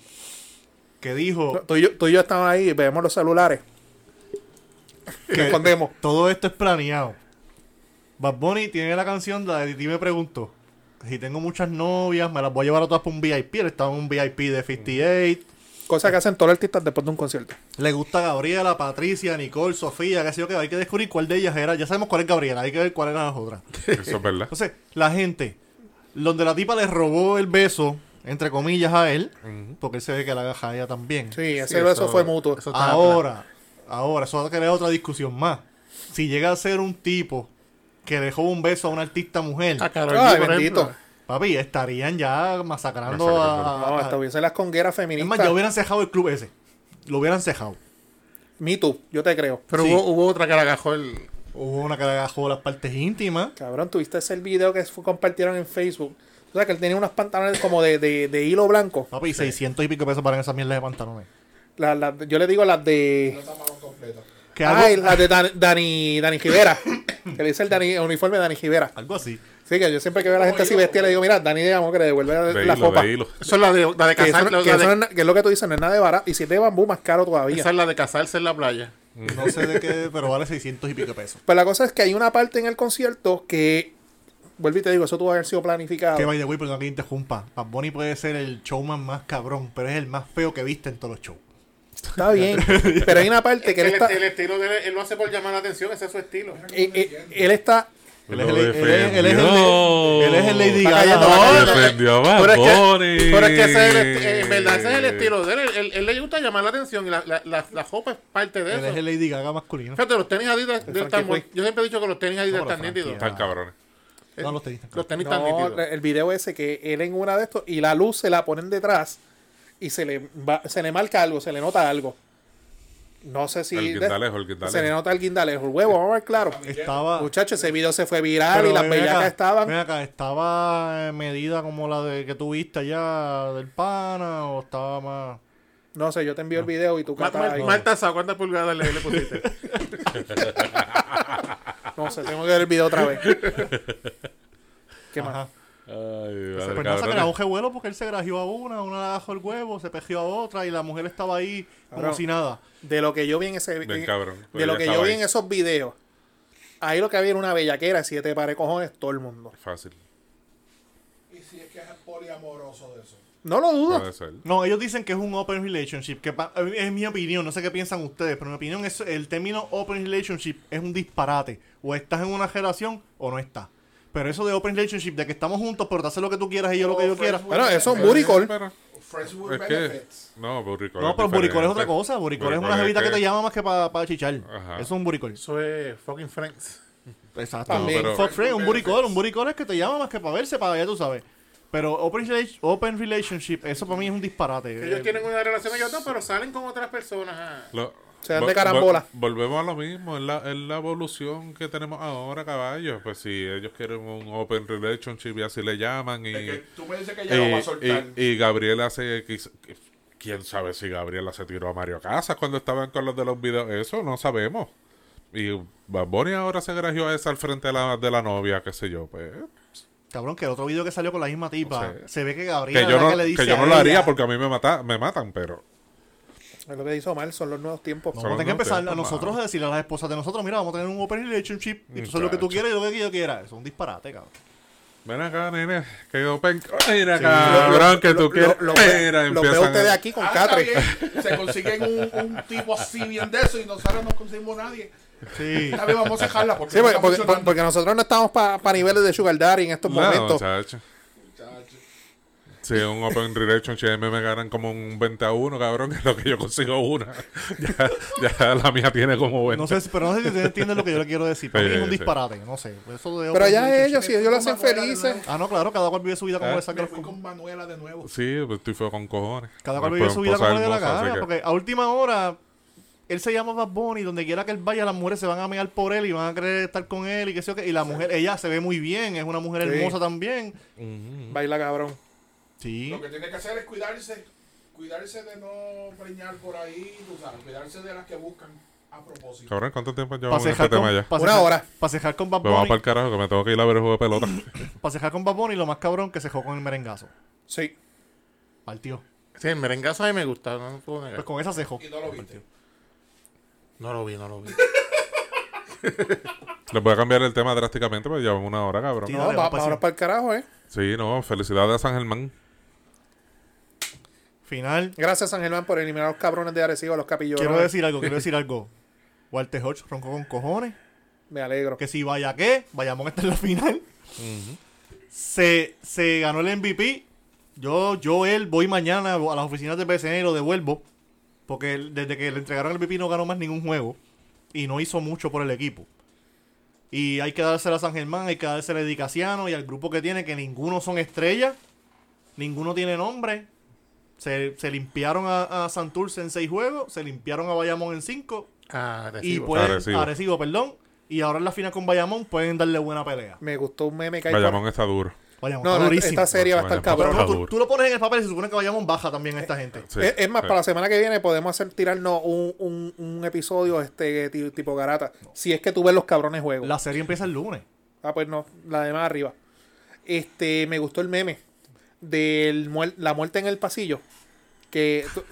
G: Que dijo
F: Tú y yo, tú y yo estábamos ahí, vemos los celulares.
H: *laughs*
G: que
F: escondemos.
G: todo esto es planeado. Bad Bunny tiene la canción, la de Ti me preguntó. Si tengo muchas novias, me las voy a llevar a todas para un VIP. Él estaba en un VIP de 58.
F: Cosa que hacen todos los artistas después de un concierto.
G: Le gusta Gabriela, Patricia, Nicole, Sofía, qué sé yo qué. Hay que descubrir cuál de ellas era. Ya sabemos cuál es Gabriela, hay que ver cuál eran las otras.
B: Eso es
H: *laughs*
B: verdad.
G: Entonces, la gente, donde la tipa le robó el beso, entre comillas, a él, porque él se ve que la agaja a ella también.
F: Sí, ese
H: eso-
F: beso fue mutuo.
H: eso- está
G: ahora, ahora, eso va a crear otra discusión más. Si llega a ser un tipo que dejó un beso a una artista mujer,
H: A Karol
F: Ay,
H: G, por
F: bendito.
H: ejemplo.
G: papi, estarían ya masacrando
B: Masacrando.
G: a...
H: ah,
F: No,
G: a-
F: hasta hubiese las congueras
G: es más, ya
F: feministas.
G: hubieran cejado el club ese. Lo hubieran cejado.
F: Me too, yo te creo.
H: Pero
G: Sí.
H: hubo, hubo otra que la agajó el.
G: Hubo una que le agajó las partes íntimas.
F: Cabrón, tuviste ese video que fue- compartieron en Facebook. O sea, que él tenía unos pantalones como de, de- de hilo blanco.
G: Papi, 600 y pico pesos para esas mierdas de pantalones.
F: La- la- yo le digo las de...
G: Que
F: Ay,
G: algo,
F: la de Dan- Dani, Dani Givera. que le dice el, Dani- el uniforme de Dani Givera.
G: algo así.
F: Sí, que yo siempre que veo a la gente así vestida le digo, mira, Dani, digamos que le devuelve la,
B: De
F: la
B: hilo,
F: copa.
B: de hilo.
H: Eso es la de, la de
F: Que, eso
H: casar-
F: no-
H: la-
F: que
H: la
F: eso
H: de-
F: no es na- que es lo que tú dices, no es nada de barato. Y si es de bambú, más caro todavía.
H: esa es la de casarse en la playa.
G: No sé de qué, pero vale 600 y pico pesos.
F: Pero Pues la cosa es que hay una parte en el concierto que, vuelvo y te digo, eso tuvo que haber sido planificado.
G: Que by the way, perdón que interrumpa. Bad Bunny puede ser el showman más cabrón, pero es el más feo que viste en todos los shows.
F: Está bien. pero hay una parte que él
H: el,
F: está,
H: el estilo de él, él lo hace por llamar la atención, ese es su estilo.
F: él- él- eh, él está
G: Él es
B: Lo
G: el, él es- él es el-
B: defendió.
G: él es el Lady
F: Está cayendo,
G: Gaga.
F: va cayendo.
B: Defendió a Bad
H: Pero es que,
B: Bunny.
H: pero es que ese es el esti- en verdad ese es el estilo de él. Él, él- él le gusta llamar la atención y la, la, la, la jopa es parte de
G: Él es
H: eso.
G: el Lady Gaga masculino.
H: Fíjate, los tenis Adidas de-
F: Frankie
H: están muy-
F: Ruiz.
H: Yo siempre he dicho que los tenis Adidas
G: No, pero
H: están
G: Frankie,
H: nítidos.
B: Están cabrones.
G: No los tenistas.
H: Los tenis están
F: No,
H: nítidos.
F: el video ese que él en una de estos y la luz se la ponen detrás y se le va- se le marca algo, se le nota algo. No sé si.
B: El
F: de-
B: guindalejo, el
F: Se le
B: guindalejo. Ah,
F: nota el guindalejo, el huevo, vamos a ver claro.
G: Estaba.
F: Muchachos, ese video se fue viral y
G: pero
F: las
G: ven acá,
F: bellacas
G: ven
F: estaban.
G: acá, ¿estaba eh, medida como la de que tuviste allá del pana o estaba más...?
F: No sé, yo te envío el video y tú
H: Ma-
F: cantas
H: Ma-
F: ahí.
H: Marta Sá, ¿cuántas pulgadas le, le pusiste?
F: No sé, tengo que ver el video otra
G: *laughs*
F: vez. ¿Qué más?
G: Ajá.
B: Ay,
G: Se
B: madre,
G: pues nada, se
B: cabrones.
G: grajó el huevo porque él se grajeó a una, una le bajó el huevo, se pejió a otra y la mujer estaba ahí como
F: Cabrón.
G: si nada.
F: De lo que yo vi en ese
B: Bien cabrón.
F: De
B: Ella
F: lo que yo
B: estaba
F: vi
B: ahí.
F: en esos videos. Ahí lo que había era una bellaquera, siete pares cojones, todo el mundo.
B: Fácil.
A: Y si es que es poliamoroso de eso.
F: No lo dudo.
B: Puede ser.
G: No, ellos dicen que es un open relationship, que pa- es mi opinión, no sé qué piensan ustedes, pero mi opinión es el término open relationship es un disparate. O estás en una relación o no estás. Pero eso de open relationship, de que estamos juntos, pero te haces lo que tú quieras y yo lo
A: Oh,
G: que yo quiera.
F: Bueno, eso es un booty
B: Buricol
F: call.
A: Friends with
B: Es que.
A: benefits.
B: No, Buricol.
G: No, pero buricol es otra cosa. Buricol es una jevita que te
B: llama.
G: llama más que para chichar.
B: Ajá.
G: Eso es un buricol.
H: Eso es fucking friends.
G: Exacto.
F: También.
G: Un
B: pero-
G: fuck friend, un buricol, un buricol es que te llama más que para verse, para allá tú sabes. Pero open, rela- open relationship, eso para mí es un disparate.
H: Ellos
G: Eh,
H: tienen una relación ellos dos, pero salen con otras personas. ah.
B: Lo-
F: Se dan
B: vol-
F: de carambola.
B: vol- volvemos a lo mismo, es la, es la evolución que tenemos ahora, caballos. Pues si ellos quieren un open relationship y así le llaman y,
A: Es que tú me dices que ya lo va a soltar.
B: y, y, y Gabriel hace... quiz- ¿Quién sabe si Gabriela se tiró a Mario Casas cuando estaban con los de los videos? Eso no sabemos. Y Bad Bunny ahora se grajeó a esa al frente de la, de la novia, qué sé yo. Pues,
G: Cabrón, que el otro video que salió con la misma tipa,
B: No sé.
G: se ve que
B: que,
G: Gabriela
B: yo
G: es la
B: no,
G: que le
B: que
G: dice
B: yo
G: a
B: no lo haría
G: ella,
B: porque a mí me, mata, me matan, pero...
F: Es lo que hizo mal, son los nuevos tiempos.
G: No,
B: Son
G: vamos a tener que
B: los nuevos
G: empezar a
B: tiempos,
G: nosotros a decirle a las esposas de nosotros, mira, vamos a tener un open relationship y tú sabes lo que tú
B: Muchacho.
G: quieras y lo que yo quiera. Eso es un disparate, cabrón.
B: Ven acá, nene, que open... Mira, cabrón, que tú quieres...
F: Lo, lo-
B: Mira,
F: lo veo
B: empiezan a-
F: ustedes aquí con
A: Ah, está
F: Catre.
A: bien. Se consiguen un, un tipo así bien de eso y nosotros no conseguimos nadie.
B: *laughs*
G: Sí.
A: Está bien, vamos a dejarla porque,
F: Sí,
A: no
F: porque,
A: está
F: porque-
A: funcionando.
F: porque nosotros no estamos para niveles de Sugar Daddy en estos
B: No,
F: momentos.
B: muchacho. Si un Open Relationship a mí me ganan como un 20 a 1, cabrón, que es lo que yo consigo una. *laughs* Ya, ya la mía tiene como 20.
G: No sé, si- pero no sé si ustedes entienden lo que yo le quiero decir. Para mí
B: Sí,
G: es un
B: sí.
G: disparate, no sé. Eso de
F: Pero
G: open
F: allá
G: relationship-
F: ellos, si ellos lo hacen felices.
G: Ah, no, claro, cada cual vive su vida como
B: Ah,
G: le saca
A: Me
G: los
A: fui
G: cu-
A: con Manuela de nuevo.
B: Sí, pues estoy feo con cojones.
G: Cada
B: Me
G: cual vive
B: pueden
G: su vida
B: posar
G: como le dé la
B: hermosa, pues, así
G: gana.
B: que-
G: Porque a última hora, él se llama Bad Bunny. Donde quiera que él vaya, las mujeres se van a mear por él y van a querer estar con él. Y, qué sé yo qué. y la mujer, ella se ve muy bien. Es una mujer
F: Sí.
G: hermosa también.
F: Baila cabrón.
G: Sí.
A: Lo que tiene que hacer es cuidarse. Cuidarse de no preñar por ahí, tú sabes. Cuidarse de las que buscan a propósito.
B: Cabrón, ¿cuánto tiempo llevamos en este
G: Pasejar con,
B: tema ya?
G: pa'
F: Una
G: cejar-
F: hora.
G: pa' cejar con Bad
B: Pues vamos para
G: Bunny.
B: el carajo que me tengo que ir a ver el juego de pelota. *laughs*
G: pa' cejar con Bad Bunny, lo más cabrón que se con el merengazo.
F: Sí.
G: Partió.
H: Sí, el merengazo a mí me gusta, no lo puedo negar.
B: Eh.
G: Pues con esa cejo.
A: Y no lo viste.
H: No lo vi, no lo vi.
B: Les voy a cambiar el tema drásticamente porque llevamos una hora, cabrón.
G: Sí.
B: Sí,
F: No,
G: dale,
F: va-
G: vamos pa'
F: vámonos
G: encima.
F: para el carajo, ¿eh?
B: no, felicidades a San Germán.
G: Final.
F: Gracias, San Germán, por eliminar a los cabrones de Arecibo, a los capillones.
G: Quiero decir
A: *laughs*
G: algo, quiero decir algo. Walter Hodge roncó con cojones.
F: Me alegro.
G: Que si vaya que, vayamos hasta la final. se, se ganó el MVP. Yo, yo, él, voy mañana a las oficinas de PSN y lo devuelvo. Porque él, desde que le entregaron el MVP no ganó más ningún juego. Y no hizo mucho por el equipo. Y hay que dársela a San Germán, hay que dársela a Dicasiano y al grupo que tiene, que ninguno son estrellas. Ninguno tiene nombre. Se, se limpiaron a, a Santurce en seis juegos, se limpiaron a Bayamón en cinco.
H: Ah,
G: Y
H: Arecibo.
G: pueden,
B: Arecibo.
G: Arecibo, perdón. Y ahora en la final con Bayamón pueden darle buena pelea.
F: Me gustó un meme que hay. por-
B: Bayamón está duro.
G: Bayamón,
F: No,
G: está
F: no,
G: durísimo.
F: esta serie va a estar
B: Bayamón está
F: cabrón.
G: Pero no, tú,
B: duro.
G: tú lo pones en el papel y se supone que Bayamón baja también esta
F: Eh,
G: gente.
B: Sí,
F: es, es más,
B: sí.
F: para la semana que viene podemos hacer tirarnos un, un, un episodio este ti- tipo garata. Si es que tú ves los cabrones juegos.
G: La serie empieza el lunes.
F: Ah, pues no, la de más arriba. Este, me gustó el meme de la muerte en el pasillo. Que to-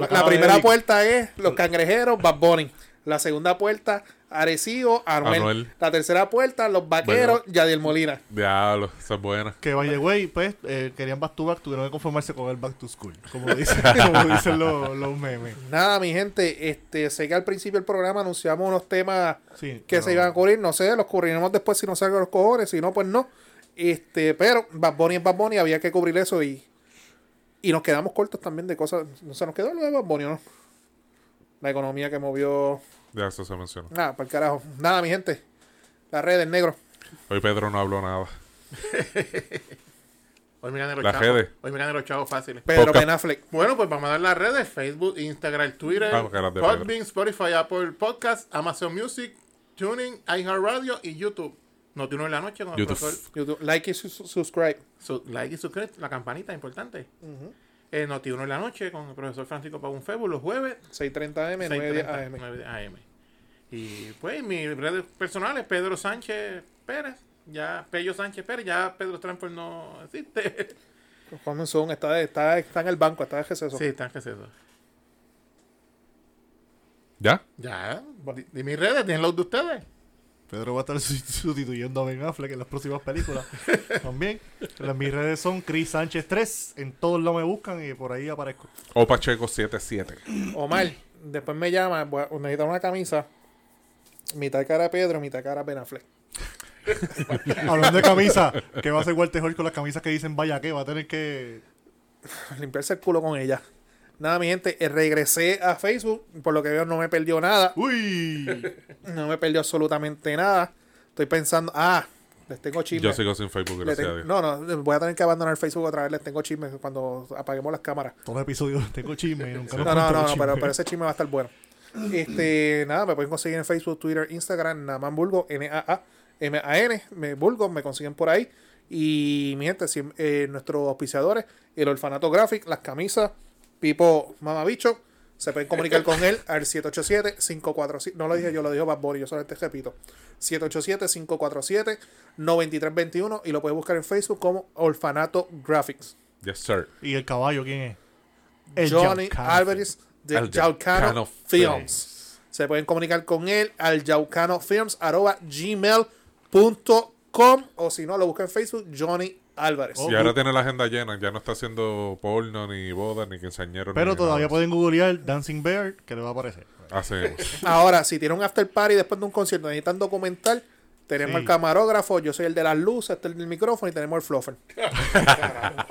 F: to-
G: la
F: la,
G: cara de
F: primera
G: Eric.
F: puerta es los cangrejeros, Bad Bunny. La segunda puerta, Arecibo, Anuel.
B: Anuel.
F: La tercera puerta, los vaqueros, Yadiel Molina.
B: Diablo, esa es buena.
G: Que by the way, pues, eh, querían back to back, tuvieron que conformarse con el back to school.
F: *laughs*
G: Como dicen, como dicen los, los memes.
F: Nada, mi gente, este, sé que al principio del programa anunciamos unos temas
G: Sí,
F: que
G: pero-
F: se iban a cubrir, no sé, los cubriremos después si no salgan los cojones, si no, pues no. Este, pero Bad Bunny es Bad Bunny, había que cubrir eso y, y nos quedamos cortos también de cosas. No se nos quedó lo de Bad Bunny, ¿no? La economía que movió.
B: Ya eso se mencionó.
F: Nada, para el carajo. Nada, mi gente. La red del negro.
B: Hoy Pedro no habló nada.
H: Hoy me gané los
B: Las
H: chavos.
B: redes.
H: Hoy me gané los chavos fáciles.
F: Pedro
B: Podcast.
F: Ben Affleck.
H: Bueno, pues vamos a dar las redes: Facebook, Instagram, Twitter,
B: Vamos, que las de Pedro.
H: Podbean, Spotify, Apple Podcast, Amazon Music, Tuning, iHeartRadio y YouTube. No tiene en la noche con el
B: YouTube.
H: profesor.
F: YouTube, like y su- su- subscribe.
H: Su- like y suscribe, la campanita importante. Eh, Noti uno en la noche con el profesor Francisco Pagunfebu los jueves
F: 6:30 M, 9:10
H: 6:30
F: AM.
H: 9 AM. Y pues mis redes personales, Pedro Sánchez Pérez, ya Pello Sánchez Pérez, ya Pedro Transport no existe.
F: Juan Zoom está, está, está en el banco, está de receso.
H: Sí, está en receso.
B: ¿Ya?
H: Ya, di, di mis redes, tienen los de ustedes.
G: Pedro va a estar *laughs* su- sustituyendo a Ben Affleck en las próximas películas. *laughs* También. Las, mis redes son Chris Sánchez 3. En todos lados me buscan y por ahí aparezco.
B: O Pacheco 77.
F: Omar, después me llama, voy a- necesito una camisa. Mitad cara Pedro, mitad cara Ben Affleck.
G: Hablando de camisa, ¿qué va a hacer Walter Hall con las camisas que dicen vaya que? Va a tener que.
F: Limpiarse el culo con ella. Nada, mi gente, eh, regresé a Facebook. Por lo que veo, no me perdió nada.
G: ¡Uy!
F: *laughs* No me perdió absolutamente nada. Estoy pensando, ah, les tengo chismes.
B: Yo sigo sin Facebook,
F: Le
B: gracias a
F: tengo-
B: Dios.
F: no, no, voy a tener que abandonar Facebook otra vez. Les tengo chismes cuando apaguemos las cámaras.
G: Todos los episodios *laughs* tengo chisme. Nunca
F: No, no, no, no, pero, pero ese chisme va a estar bueno. Este, nada, me pueden conseguir en Facebook, Twitter, Instagram, Naman Bulgo, N-A-A-M-A-N, me- Bulgo, me consiguen por ahí. Y mi gente, si- eh, nuestros auspiciadores, el Orfanato Graphic, las camisas, Pipo Mamabicho, se pueden comunicar con él al 787-547, no lo dije yo, lo dijo Bad Bunny, yo solamente repito, 787-547-9321 y lo puedes buscar en Facebook como Orfanato Graphics.
B: Yes, sir.
G: *laughs* ¿Y el caballo quién es? El
F: pues- Johnny
G: Yaucano.
F: Álvarez de
B: Al Yaucano
F: Yaucano Films.
B: Films.
F: Se pueden comunicar con él al yaucanofilms.gmail.com o si no, lo busca en Facebook, Johnny Álvarez.
B: Y ahora tiene la agenda llena, ya no está haciendo porno, ni bodas, ni quinceañero.
G: Pero
B: ni
G: todavía
B: nada.
G: pueden googlear Dancing Bear, que le va a aparecer.
B: Así es.
F: Ahora, si tiene un after party después de un concierto, necesitan documental, tenemos
G: Sí.
F: el camarógrafo, yo soy el de las luces, este es el del micrófono y tenemos el fluffer.
B: *laughs*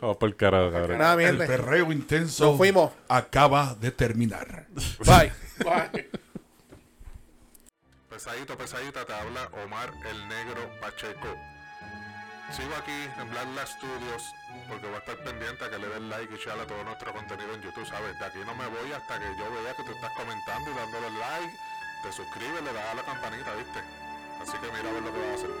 B: Vamos por cara, cabrón.
F: Nada, mi
A: El
F: gente.
A: perreo intenso
F: Nos fuimos.
A: acaba de terminar.
F: Bye.
B: Pesadito, pesadita, te habla Omar el Negro Pacheco. Sigo aquí en Black Lab Studios porque voy a estar pendiente a que le den like y share a todo nuestro contenido en YouTube, ¿sabes? De aquí no me voy hasta que yo vea que tú estás comentando y dándole like, te suscribes, le das a la campanita, ¿viste? Así que mira a ver lo que vas a hacer.